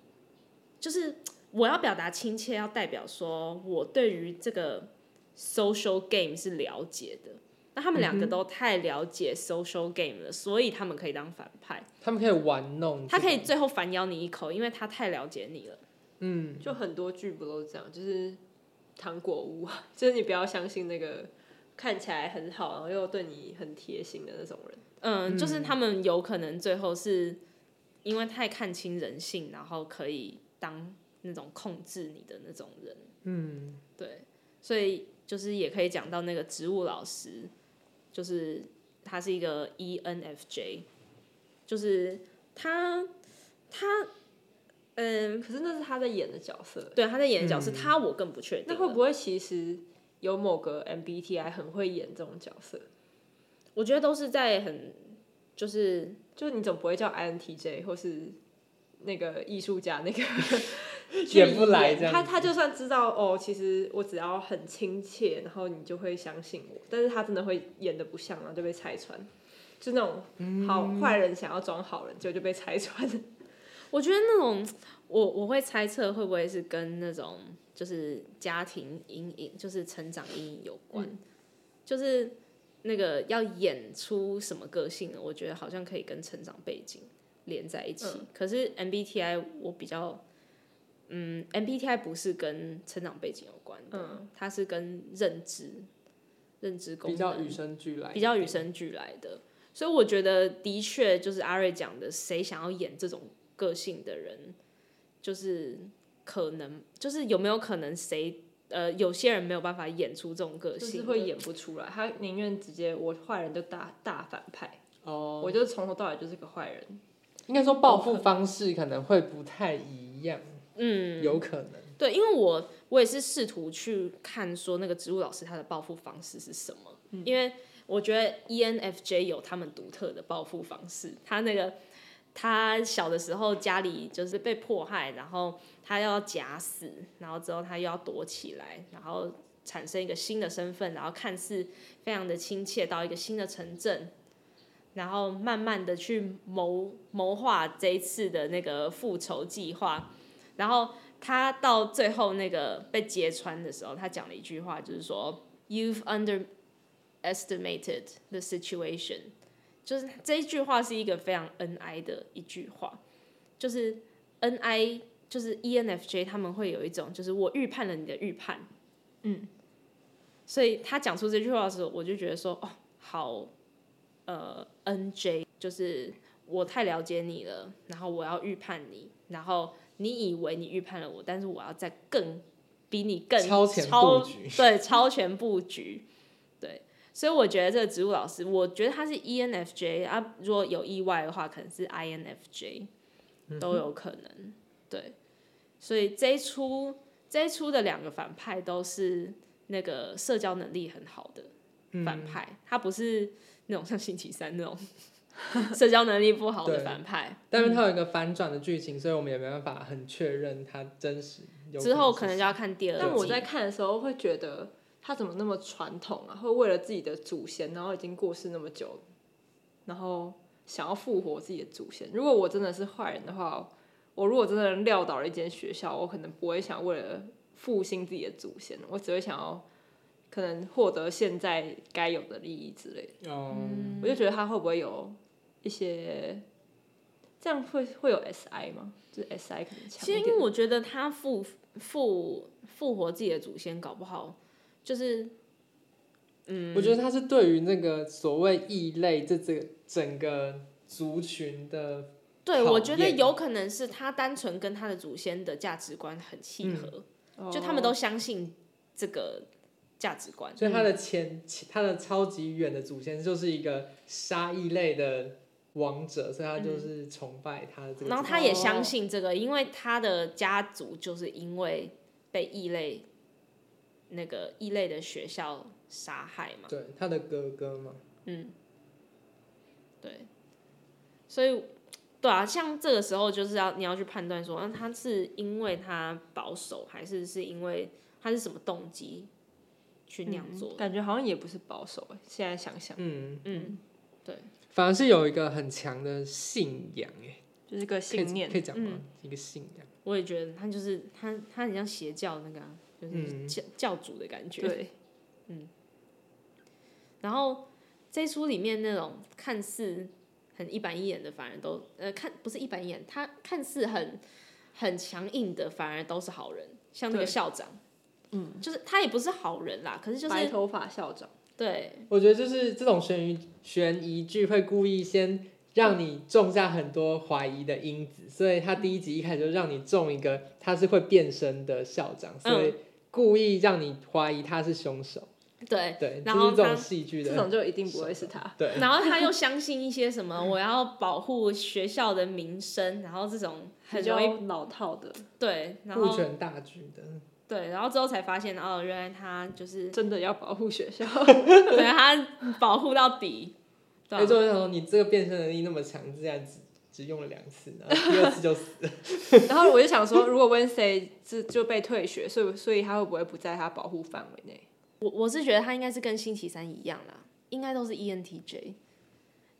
[SPEAKER 6] 就是我要表达亲切，要代表说我对于这个 social game 是了解的。那他们两个
[SPEAKER 2] 嗯哼
[SPEAKER 6] 都太了解 social game 了，所以他们可以当反派。
[SPEAKER 2] 他们可以玩弄，
[SPEAKER 6] 他可以，最后反咬你一口，因为他太了解你了。
[SPEAKER 2] 嗯，
[SPEAKER 4] 就很多剧不都是这样，就是糖果屋，啊 就是你不要相信那个看起来很好，然后又对你很贴心的那种人。
[SPEAKER 6] 嗯，就是
[SPEAKER 2] 嗯
[SPEAKER 6] 他们有可能最后是因为太看清人性，然后可以当那种控制你的那种人。
[SPEAKER 2] 嗯，
[SPEAKER 6] 对，所以就是也可以讲到那个植物老师，就是他是一个 E ENFJ，就是他他嗯，
[SPEAKER 4] 可是那是他在演的角色，
[SPEAKER 6] 对他在演的角色，他我更不确定了。
[SPEAKER 4] 那会不会其实有某个 MBTI 很会演这种角色？
[SPEAKER 6] 我觉得都是在很就是
[SPEAKER 4] 就你总不会叫 INTJ 或是那个艺术家那个去
[SPEAKER 2] 演不来
[SPEAKER 4] 演
[SPEAKER 2] 这样
[SPEAKER 4] 他
[SPEAKER 2] 子
[SPEAKER 4] 他就算知道哦，其实我只要很亲切，然后你就会相信我，但是他真的会演的不像，然后就被拆穿，就那
[SPEAKER 2] 嗯
[SPEAKER 4] 种好坏人想要装好人，结果就被拆穿。
[SPEAKER 6] 我觉得那种我我会猜测会不会是跟那种就是家庭阴影，就是成长阴影有关，就是那个要演出什么个性，我觉得好像可以跟成长背景连在一起。可是 MBTI 我比较。嗯，MBTI 不是跟成长背景有关的，
[SPEAKER 4] 嗯
[SPEAKER 6] 它是跟认知、认知功能
[SPEAKER 2] 比较与生俱来，
[SPEAKER 6] 比较与，生俱来的。所以我觉得，的确就是阿瑞讲的，谁想要演这种个性的人，就是可能，就是有没有可能谁呃，有些人没有办法演出这种个
[SPEAKER 4] 就
[SPEAKER 6] 性的，
[SPEAKER 4] 是会演不出来，他宁愿直接我坏人就大大反派，
[SPEAKER 2] 哦，
[SPEAKER 4] 我就从头到尾就是个坏人。
[SPEAKER 2] 应该说报复方式可能会不太一样，
[SPEAKER 6] 嗯，
[SPEAKER 2] 有可能，
[SPEAKER 6] 对，因为我我也是试图去看说那个植物老师他的报复方式是什么，因为我觉得 E ENFJ 有他们独特的报复方式，他那个。他小的时候家里就是被迫害，然后他要假死，然后之后他又要躲起来，然后产生一个新的身份，然后看似非常的亲切到一个新的城镇，然后慢慢的去谋谋划这一次的那个复仇计划，然后他到最后那个被揭穿的时候，他讲了一句话，就是说 “You've underestimated the situation”，就是这一句话是一个非常 NI 的一句话，就是 NI 就是 E ENFJ 他们会有一种就是我预判了你的预判，
[SPEAKER 4] 嗯，
[SPEAKER 6] 所以他讲出这句话的时候，我就觉得说哦，好，呃，NJ 就是我太了解你了，然后我要预判你，然后。你以为你预判了我，但是我要再更比你更
[SPEAKER 2] 超前
[SPEAKER 6] 超
[SPEAKER 2] 布局
[SPEAKER 6] 对，超前布局， 对。所以我觉得这个植物老师，我觉得他是 E ENFJ 啊，如果有意外的话，可能是 INFJ
[SPEAKER 2] 嗯
[SPEAKER 6] 都有可能。对，所以这一出这一出的两个反派都是那个社交能力很好的反派，他不是那种像星期三那种 社交能力不好的
[SPEAKER 2] 对
[SPEAKER 6] 反派。
[SPEAKER 2] 但是它有一个反转的剧情，所以我们也没办法很确认它真实。有
[SPEAKER 6] 之后可
[SPEAKER 2] 是
[SPEAKER 6] 能就要看第二季。
[SPEAKER 4] 但我在看的时候会觉得他怎么那么传统啊？会为了自己的祖先，然后已经过世那么久，然后想要复活自己的祖先。如果我真的是坏人的话，我如果真的撂倒了一间学校，我可能不会想为了复兴自己的祖先，我只会想要可能获得现在该有的利益之类的。
[SPEAKER 2] 哦，
[SPEAKER 4] 我就觉得他会不会有一些这样会会有 SI 吗？就是 SI 可能强
[SPEAKER 6] 其实，
[SPEAKER 4] 一
[SPEAKER 6] 因为
[SPEAKER 4] 点。
[SPEAKER 6] 我觉得他复复复活自己的祖先，搞不好就是嗯
[SPEAKER 2] 我觉得他是对于那个所谓异类这这整个族群的，
[SPEAKER 6] 对
[SPEAKER 2] 讨
[SPEAKER 6] 我觉得
[SPEAKER 2] 厌
[SPEAKER 6] 有可能是他单纯跟他的祖先的价值观很契合，
[SPEAKER 4] 哦
[SPEAKER 6] 就他们都相信这个价值观。
[SPEAKER 2] 所以他的前
[SPEAKER 6] 嗯
[SPEAKER 2] 他的超级远的祖先就是一个杀异类的王者，所以他就是崇拜他的这个。
[SPEAKER 6] 然后他也相信这个，因为他的家族就是因为被异类那个异类的学校杀害嘛，
[SPEAKER 2] 对他的哥哥嘛，
[SPEAKER 6] 嗯，对，所以对啊，像这个时候就是要你要去判断说，那他是因为他保守，还是是因为他是什么动机去那样做的？
[SPEAKER 4] 嗯感觉好像也不是保守、欸，现在想想。
[SPEAKER 2] 嗯，
[SPEAKER 6] 嗯，
[SPEAKER 2] 反而是有一个很强的信仰，哎，
[SPEAKER 4] 就是个
[SPEAKER 2] 可以
[SPEAKER 4] 信念
[SPEAKER 2] 可。以讲
[SPEAKER 6] 嗯
[SPEAKER 2] 吗？一个信仰，
[SPEAKER 6] 我也觉得他就是他，他很像邪教那个啊、就是
[SPEAKER 2] 嗯
[SPEAKER 6] 教、教主的感觉。
[SPEAKER 4] 对，
[SPEAKER 6] 然后这一出里面那种看似很一板一眼的，反而都呃看不是一板一眼，他看似很很强硬的，反而都是好人，像那个
[SPEAKER 4] 对
[SPEAKER 6] 校长，嗯，就是他也不是好人啦，可是就是
[SPEAKER 4] 白头发校长，
[SPEAKER 6] 对
[SPEAKER 2] 我觉得就是这种悬疑悬疑剧会故意先让你种下很多怀疑的因子，所以他第一集一开始就让你种一个他是会变身的校长，所
[SPEAKER 6] 嗯
[SPEAKER 2] 以故意让你怀疑他是凶手。
[SPEAKER 6] 对，
[SPEAKER 2] 对，
[SPEAKER 6] 然
[SPEAKER 2] 就是
[SPEAKER 6] 后
[SPEAKER 2] 这
[SPEAKER 6] 他
[SPEAKER 2] 种戏剧
[SPEAKER 4] 这
[SPEAKER 2] 的，
[SPEAKER 4] 种就一定不会是他。
[SPEAKER 2] 对，
[SPEAKER 6] 然后他又相信一些什么，我要保护学校的名声，然后这种
[SPEAKER 2] 啊
[SPEAKER 6] 很
[SPEAKER 4] 比较
[SPEAKER 6] 容易
[SPEAKER 4] 老套的，
[SPEAKER 6] 对，然
[SPEAKER 2] 顾
[SPEAKER 6] 后
[SPEAKER 2] 全大局的。
[SPEAKER 6] 对，然后之后才发现哦，原来他 就是
[SPEAKER 4] 真的要保护学 校。
[SPEAKER 6] 对他保护到底，对
[SPEAKER 2] 哎，
[SPEAKER 6] 啊、
[SPEAKER 2] 作为想说你这个变身能力那么强，竟然只只用了两次，然后第二次就死了。
[SPEAKER 4] 然后我就想说，如果 Wednesday 就就被退学，所以所以他会不会不在他保护范围内？
[SPEAKER 6] 我我是觉得他应该是跟星期三一样啦，应该都是 E ENTJ，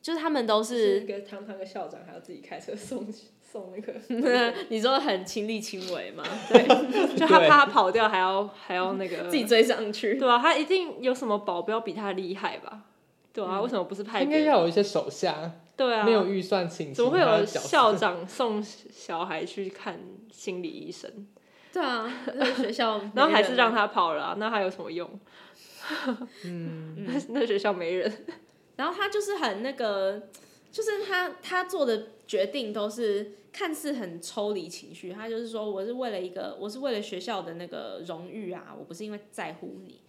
[SPEAKER 6] 就是他们都是
[SPEAKER 4] 个堂堂的校长，还要自己开车送送那个，
[SPEAKER 6] 你说很亲力亲为嘛，
[SPEAKER 4] 就他
[SPEAKER 2] 对
[SPEAKER 4] 怕他跑掉，还 要还要那个
[SPEAKER 6] 自己追上去，
[SPEAKER 4] 对啊，他一定有什么保镖比他厉害吧？对啊，为什么不是派
[SPEAKER 2] 应该
[SPEAKER 4] 别人？
[SPEAKER 2] 要有一些手下，
[SPEAKER 4] 对啊，
[SPEAKER 2] 没有预算请
[SPEAKER 4] 怎么
[SPEAKER 2] 其
[SPEAKER 4] 会
[SPEAKER 2] 他
[SPEAKER 4] 有
[SPEAKER 2] 角色
[SPEAKER 4] 校长送小孩去看心理 医生，
[SPEAKER 6] 对啊，学 校没人啊，
[SPEAKER 4] 然后还是让他跑了啊、那还有什么用？嗯， 那那学校没人，
[SPEAKER 6] 然后他就是很那个，就是他他做的决定都是看似很抽离情绪，他就是说我是为了一个，我是为了学校的那个荣誉啊，我不是因为在乎你。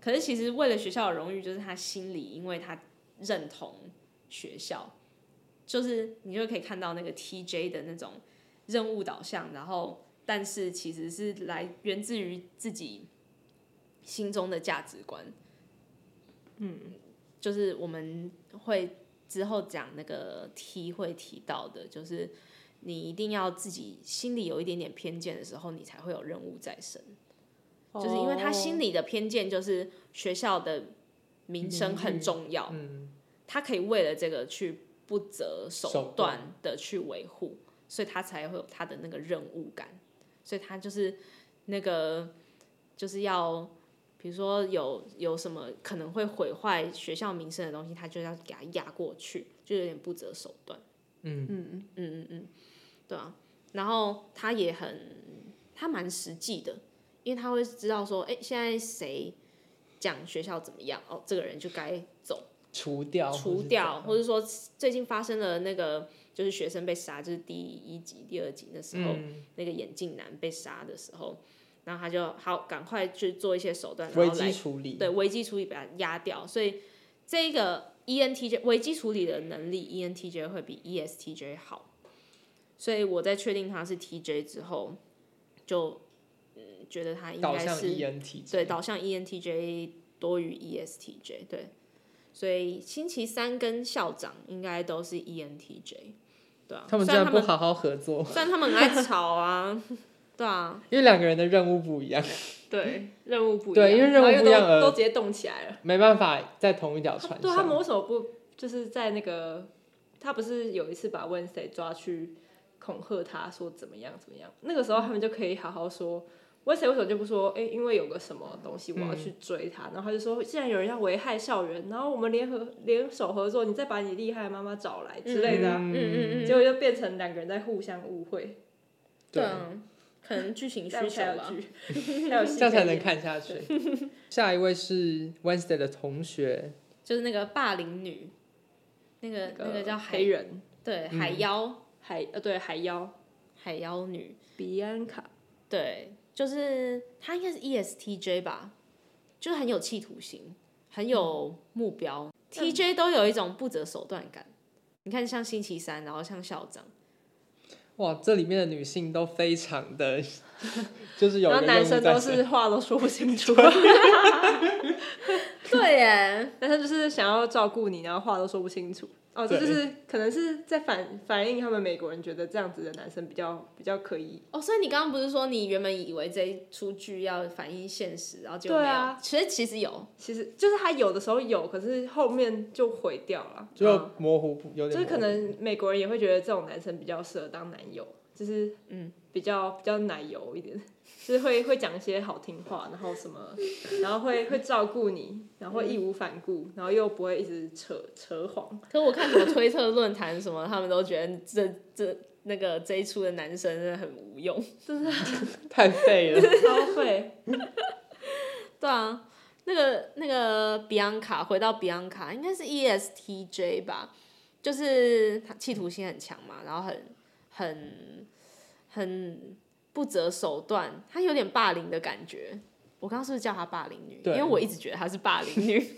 [SPEAKER 6] 可是其实为了学校的荣誉，就是他心里因为他认同学校，就是你就可以看到那个 TJ 的那种任务导向，然后但是其实是来源自于自己心中的价值观。就是我们会之后讲那个 T 会提到的，就是你一定要自己心里有一点点偏见的时候，你才会有任务在身。就是因为他心
[SPEAKER 2] 哦
[SPEAKER 6] 里的偏见就是学校的名声很重要，
[SPEAKER 2] 嗯，
[SPEAKER 6] 他可以为了这个去不择手
[SPEAKER 2] 手
[SPEAKER 6] 段
[SPEAKER 2] 段
[SPEAKER 6] 的去维护，所以他才会有他的那个任务感，所以他就是那个就是要，比如说有有什么可能会毁坏学校名声的东西，他就要给他压过去，就有点不择手段。
[SPEAKER 2] 嗯
[SPEAKER 6] 嗯嗯嗯嗯，对啊。然后他也很他蛮实际的，因为他会知道说，哎、现在谁讲学校怎么样，哦，这个人就该走。
[SPEAKER 2] 除掉
[SPEAKER 6] 除掉，或
[SPEAKER 2] 者
[SPEAKER 6] 者说最近发生了那个就是学生被杀，就是第一集、第二集那时候，
[SPEAKER 2] 嗯
[SPEAKER 6] 那个眼镜男被杀的时候，然后他就好赶快去做一些手段，然
[SPEAKER 2] 危
[SPEAKER 6] 后来
[SPEAKER 2] 机处理，
[SPEAKER 6] 对危机处理把它压掉，所以这个 E ENTJ 危机处理的能力，ENTJ E 会比 ESTJ 好。所以我在确定他是 TJ 之后，就嗯觉得他应
[SPEAKER 2] 导
[SPEAKER 6] 该
[SPEAKER 2] 向 E
[SPEAKER 6] 是
[SPEAKER 2] ENT，
[SPEAKER 6] 对，导向 E ENTJ 多于 E ESTJ，对，所以星期三跟校长应该都是 E ENTJ，对啊，
[SPEAKER 2] 他们
[SPEAKER 6] 虽
[SPEAKER 2] 竟然
[SPEAKER 6] 然他
[SPEAKER 2] 不
[SPEAKER 6] 们
[SPEAKER 2] 好好合作，
[SPEAKER 6] 虽然他们很 爱吵啊，对啊，
[SPEAKER 2] 因为两个人的任务不一样，
[SPEAKER 4] 对，任务不一样，
[SPEAKER 2] 对因为任务
[SPEAKER 4] 然后又
[SPEAKER 2] 不一样
[SPEAKER 4] 都
[SPEAKER 2] 而
[SPEAKER 4] 都直接动起来了。
[SPEAKER 2] 没办法在同一条船上。
[SPEAKER 4] 对他们为什么不就是在那个他不是有一次把 Wednesday 抓去恐吓他说怎么样怎么样？那个时候他们就可以好好说 Wednesday 为什么就不说？哎、因为有个什么东西我要去追他，
[SPEAKER 2] 嗯
[SPEAKER 4] 然后他就说既然有人要危害校园，然后我们联合联手合作，你再把你厉害的妈妈找来之类的啊、
[SPEAKER 6] 嗯嗯嗯，
[SPEAKER 4] 结果就变成两个人在互相误会，
[SPEAKER 6] 对
[SPEAKER 4] 嗯
[SPEAKER 6] 啊，可能剧情
[SPEAKER 4] 这样
[SPEAKER 6] 需求
[SPEAKER 4] 才有
[SPEAKER 6] 吧，
[SPEAKER 4] 剧，才有戏
[SPEAKER 2] 这样才
[SPEAKER 4] 可以
[SPEAKER 2] 能
[SPEAKER 4] 演。
[SPEAKER 2] 看下去。 下一位是 Wednesday 的同学，
[SPEAKER 6] 就是那个霸凌女，那个那个叫海
[SPEAKER 4] 黑，人嗯
[SPEAKER 6] 对，海妖
[SPEAKER 4] 海呃对海妖
[SPEAKER 6] 海妖女，
[SPEAKER 4] 比安卡，
[SPEAKER 6] 对，就是她应该是 E ESTJ 吧，就是很有企图心，很有目标。TJ 都有一种不择手段感。你看，像星期三，然后像校长，
[SPEAKER 2] 哇，这里面的女性都非常的， 就是有
[SPEAKER 4] 然
[SPEAKER 2] 一个
[SPEAKER 4] 后男
[SPEAKER 2] 任务
[SPEAKER 4] 生
[SPEAKER 2] 在
[SPEAKER 4] 都
[SPEAKER 2] 身
[SPEAKER 4] 是话都说不 清楚。
[SPEAKER 6] 对耶，
[SPEAKER 4] 但他就是想要照顾你，然后话都说不清楚。哦，这
[SPEAKER 2] 对
[SPEAKER 4] 就是可能是在反反映他们美国人觉得这样子的男生比较比较可以。
[SPEAKER 6] 哦，所以你刚刚不是说你原本以为这一出剧要反映现实，然后结果没
[SPEAKER 4] 对
[SPEAKER 6] 有，
[SPEAKER 4] 啊
[SPEAKER 6] 其实其实有，
[SPEAKER 4] 其实就是他有的时候有，可是后面就毁掉了。
[SPEAKER 2] 就模糊不有
[SPEAKER 4] 嗯就
[SPEAKER 2] 点模糊，
[SPEAKER 4] 是可能美国人也会觉得这种男生比较适合当男友就是嗯比较比较奶油一点，就是会会讲一些好听话，然后什么， 然后会会照顾你，然后会义无反顾，然后又不会一直扯扯谎，
[SPEAKER 6] 可我看什么推特论坛什么，他们都觉得这这那个这一出的男生真的很无用。
[SPEAKER 2] 太废 了。
[SPEAKER 4] 超会
[SPEAKER 6] 对啊，那个那个 Bianca 回到 Bianca 应该是 E ESTJ 吧，就是他企图心很强嘛，然后很很很不择手段，他有点霸凌的感觉。我刚刚是不是叫她霸凌女？因
[SPEAKER 2] 对
[SPEAKER 6] 为我一直觉得她是霸凌女，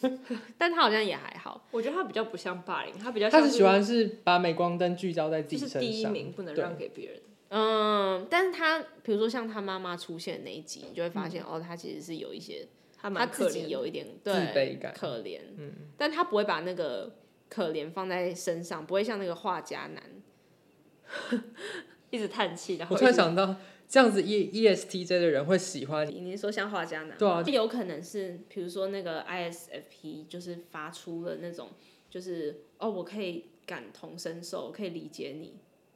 [SPEAKER 6] 但她好像也还好。
[SPEAKER 4] 我觉得他比较不像霸凌，他比较
[SPEAKER 2] 他
[SPEAKER 4] 像
[SPEAKER 2] 是喜欢是把镁光灯聚焦在自
[SPEAKER 4] 就
[SPEAKER 2] 己身
[SPEAKER 4] 是
[SPEAKER 2] 上，
[SPEAKER 4] 第一名不能
[SPEAKER 2] 对
[SPEAKER 4] 让给别人。
[SPEAKER 6] 嗯，但是她比如说像她妈妈出现那一集，你就会发现、哦，她其实是有一些
[SPEAKER 4] 他
[SPEAKER 6] 他
[SPEAKER 4] 蛮可
[SPEAKER 6] 自己
[SPEAKER 4] 怜的，
[SPEAKER 6] 有一点对
[SPEAKER 2] 自卑感
[SPEAKER 6] 可怜，嗯，但他不会把那个可怜放在身上，不会像那个画家男，
[SPEAKER 4] 一直叹气，然后
[SPEAKER 2] 我突然想到，这样子 E E S T J 的人会喜欢你，
[SPEAKER 6] 你是说像画家男？
[SPEAKER 2] 对啊
[SPEAKER 6] 这有可能是比如说那个 ISFP 就是发出了那种就是哦，我可以感同身受，我可以理解你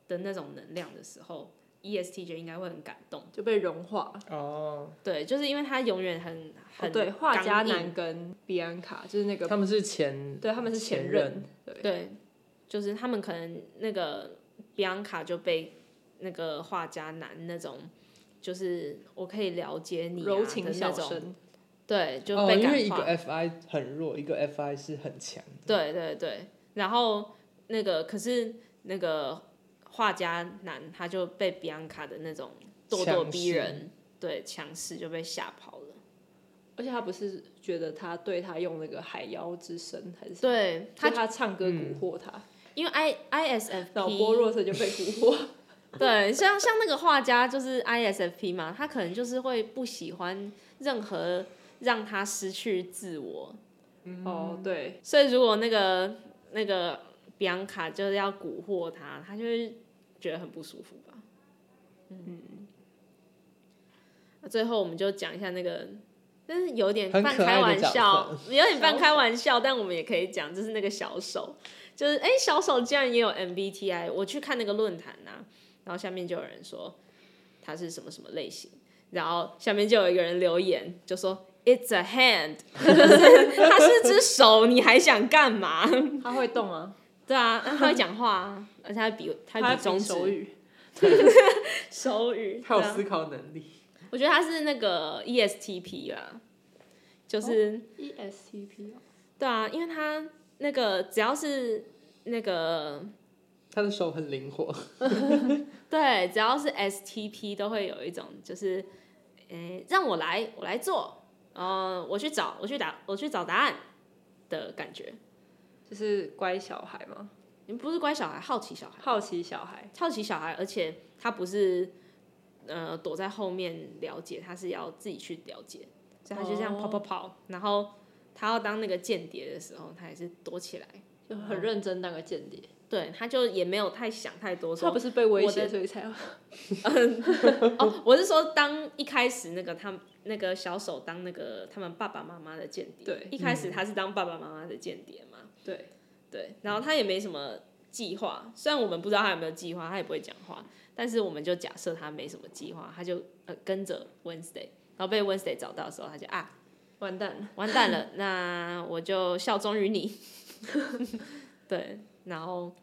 [SPEAKER 6] 的那种能量的时候，ESTJ ，E 应该会很感动。
[SPEAKER 4] 就被融化。
[SPEAKER 2] 哦，
[SPEAKER 6] 对，就是因为他永远很
[SPEAKER 4] 哦
[SPEAKER 6] 很、
[SPEAKER 4] 对，画家男，跟比安卡就是那个
[SPEAKER 2] 他，们是前
[SPEAKER 4] 对他们是前任，对，
[SPEAKER 6] 对，就是他们可能那个比昂卡就被那个画家男那种，就是我可以了解你、啊、
[SPEAKER 4] 柔情
[SPEAKER 6] 的那
[SPEAKER 4] 小
[SPEAKER 6] 种，
[SPEAKER 4] 生，
[SPEAKER 6] 对，就
[SPEAKER 2] 哦，
[SPEAKER 6] 被
[SPEAKER 2] 因
[SPEAKER 6] 感
[SPEAKER 2] 为一
[SPEAKER 6] 化。
[SPEAKER 2] 个 F I 很弱，一个 F I 是很强的，
[SPEAKER 6] 对对对，然后那个可是那个画家男他就被比昂卡的那种咄咄
[SPEAKER 2] 强
[SPEAKER 6] 逼
[SPEAKER 2] 势
[SPEAKER 6] 人，对强势就被吓跑了。
[SPEAKER 4] 而且他不是觉得他对他用那个海妖之声还是什么，
[SPEAKER 6] 对
[SPEAKER 4] 他
[SPEAKER 6] 他，
[SPEAKER 4] 他唱歌
[SPEAKER 2] 嗯
[SPEAKER 4] 蛊惑他，
[SPEAKER 6] 因为 I ISFP
[SPEAKER 4] 脑波弱者就被 蛊惑，
[SPEAKER 6] 对，像像那个画家就是 ISFP 嘛，他可能就是会不喜欢任何让他失去自我，嗯
[SPEAKER 4] 哦对，
[SPEAKER 6] 所以如果那个那个比昂卡就是要蛊惑他，他就会觉得很不舒服吧。嗯，那最后我们就讲一下那个，但是有点
[SPEAKER 2] 很
[SPEAKER 6] 半
[SPEAKER 2] 可爱
[SPEAKER 6] 开
[SPEAKER 2] 的
[SPEAKER 6] 玩
[SPEAKER 2] 角
[SPEAKER 6] 笑
[SPEAKER 2] 色，
[SPEAKER 6] 有点半开玩笑，但我们也可以讲，就是那个小手，就是哎、小手竟然也有 MBTI，我去看那个论坛呐、然后下面就有人说他是什么什么类型，然后下面就有一个人留言就说 It's a hand，它是只手，你还想干嘛？
[SPEAKER 4] 他会动啊，
[SPEAKER 6] 对啊，他会讲话啊，而且他比他
[SPEAKER 4] 他
[SPEAKER 6] 比中
[SPEAKER 4] 比
[SPEAKER 6] 指
[SPEAKER 4] 手语，
[SPEAKER 6] 手语，
[SPEAKER 2] 他有
[SPEAKER 6] 对啊
[SPEAKER 2] 思考能力，
[SPEAKER 6] 我觉得他是那个 E ESTP 啦，就是。
[SPEAKER 4] E ESTP 哦
[SPEAKER 6] 对啊，因为他那个只要是那个
[SPEAKER 2] 他的手很灵活，
[SPEAKER 6] 对，只要是 STP 都会有一种就是，诶、让我来，我来做，呃，我去找，我去打，我去找答案的感觉。
[SPEAKER 4] 就是乖小孩嘛，
[SPEAKER 6] 你不是乖小孩，好奇小孩，
[SPEAKER 4] 好奇小孩，
[SPEAKER 6] 好奇小孩，而且他不是呃躲在后面了解，他是要自己去了解，所以他就这样
[SPEAKER 4] 哦
[SPEAKER 6] 跑跑跑，然后他要当那个间谍的时候，他也是躲起来。
[SPEAKER 4] 就
[SPEAKER 6] 嗯
[SPEAKER 4] 很认真当个间谍，
[SPEAKER 6] 对，他就也没有太想太多说
[SPEAKER 4] 他不是被威
[SPEAKER 6] 我
[SPEAKER 4] 胁
[SPEAKER 6] 的
[SPEAKER 4] 所以才要
[SPEAKER 6] 哦，我是说，当一开始那个他们那个小手当那个他们爸爸妈妈的间谍，
[SPEAKER 4] 对嗯
[SPEAKER 6] 一开始他是当爸爸妈妈的间谍嘛，
[SPEAKER 4] 对，
[SPEAKER 6] 对，然后他也没什么计划，虽然我们不知道他有没有计划，他也不会讲话，但是我们就假设他没什么计划，他就呃跟着 Wednesday，然后被 Wednesday 找到的时候，他就啊
[SPEAKER 4] 完蛋了，
[SPEAKER 6] 完蛋了，那我就效忠于你， 对，然后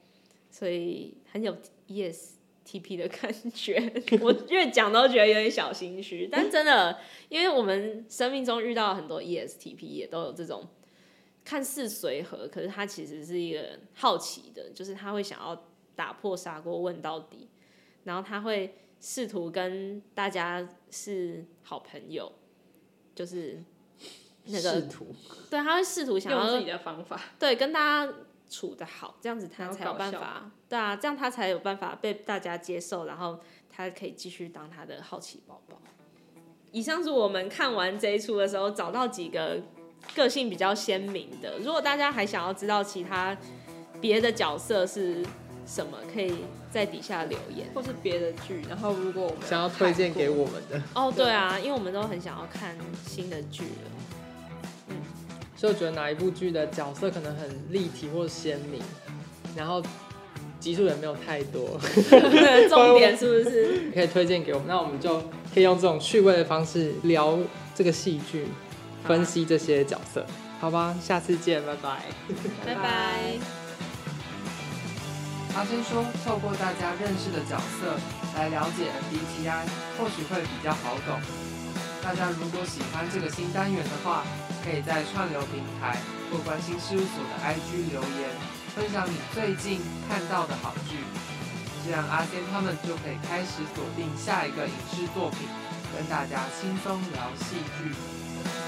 [SPEAKER 6] 所以很有 yes。T P 的感觉，我越讲都觉得有点小心虚，但真的，因为我们生命中遇到很多 E S T P 也都有这种看似随和，可是他其实是一个好奇的，就是他会想要打破砂锅问到底，然后他会试图跟大家是好朋友，就是 那
[SPEAKER 2] 试
[SPEAKER 6] 个
[SPEAKER 2] 图
[SPEAKER 6] 对，他会试图想
[SPEAKER 4] 用自
[SPEAKER 6] 要
[SPEAKER 4] 己的方法，
[SPEAKER 6] 对，跟大家处的好，这样子他
[SPEAKER 4] 然后
[SPEAKER 6] 才有
[SPEAKER 4] 搞
[SPEAKER 6] 办
[SPEAKER 4] 笑
[SPEAKER 6] 法，对啊，这样他才有办法被大家接受，然后他可以继续当他的好奇宝宝。以上是我们看完这一出的时候找到几个个性比较鲜明的。如果大家还想要知道其他别的角色是什么，可以在底下留言。
[SPEAKER 4] 或是别的剧，然后如果我们
[SPEAKER 2] 想要推荐给我们的，
[SPEAKER 6] 哦，对啊，因为我们都很想要看新的剧 了。
[SPEAKER 2] 就觉得哪一部剧的角色可能很立体或鲜明，然后集数也没有太多，
[SPEAKER 6] 重点是不是？
[SPEAKER 2] 可以推荐给我们，那我们就可以用这种趣味的方式聊这个戏剧，
[SPEAKER 6] 啊
[SPEAKER 2] 分析这些角色，好吧？下次见，拜拜。
[SPEAKER 6] 拜拜。
[SPEAKER 2] 阿珍说，透过大家认识的角色来了解 MBTI，或许会比较好懂。大家如果喜欢这个新单元的话，可以在串流平台或关心事务所的 IG 留言，分享你最近看到的好剧，这样阿仙他们就可以开始锁定下一个影视作品，跟大家轻松聊戏剧。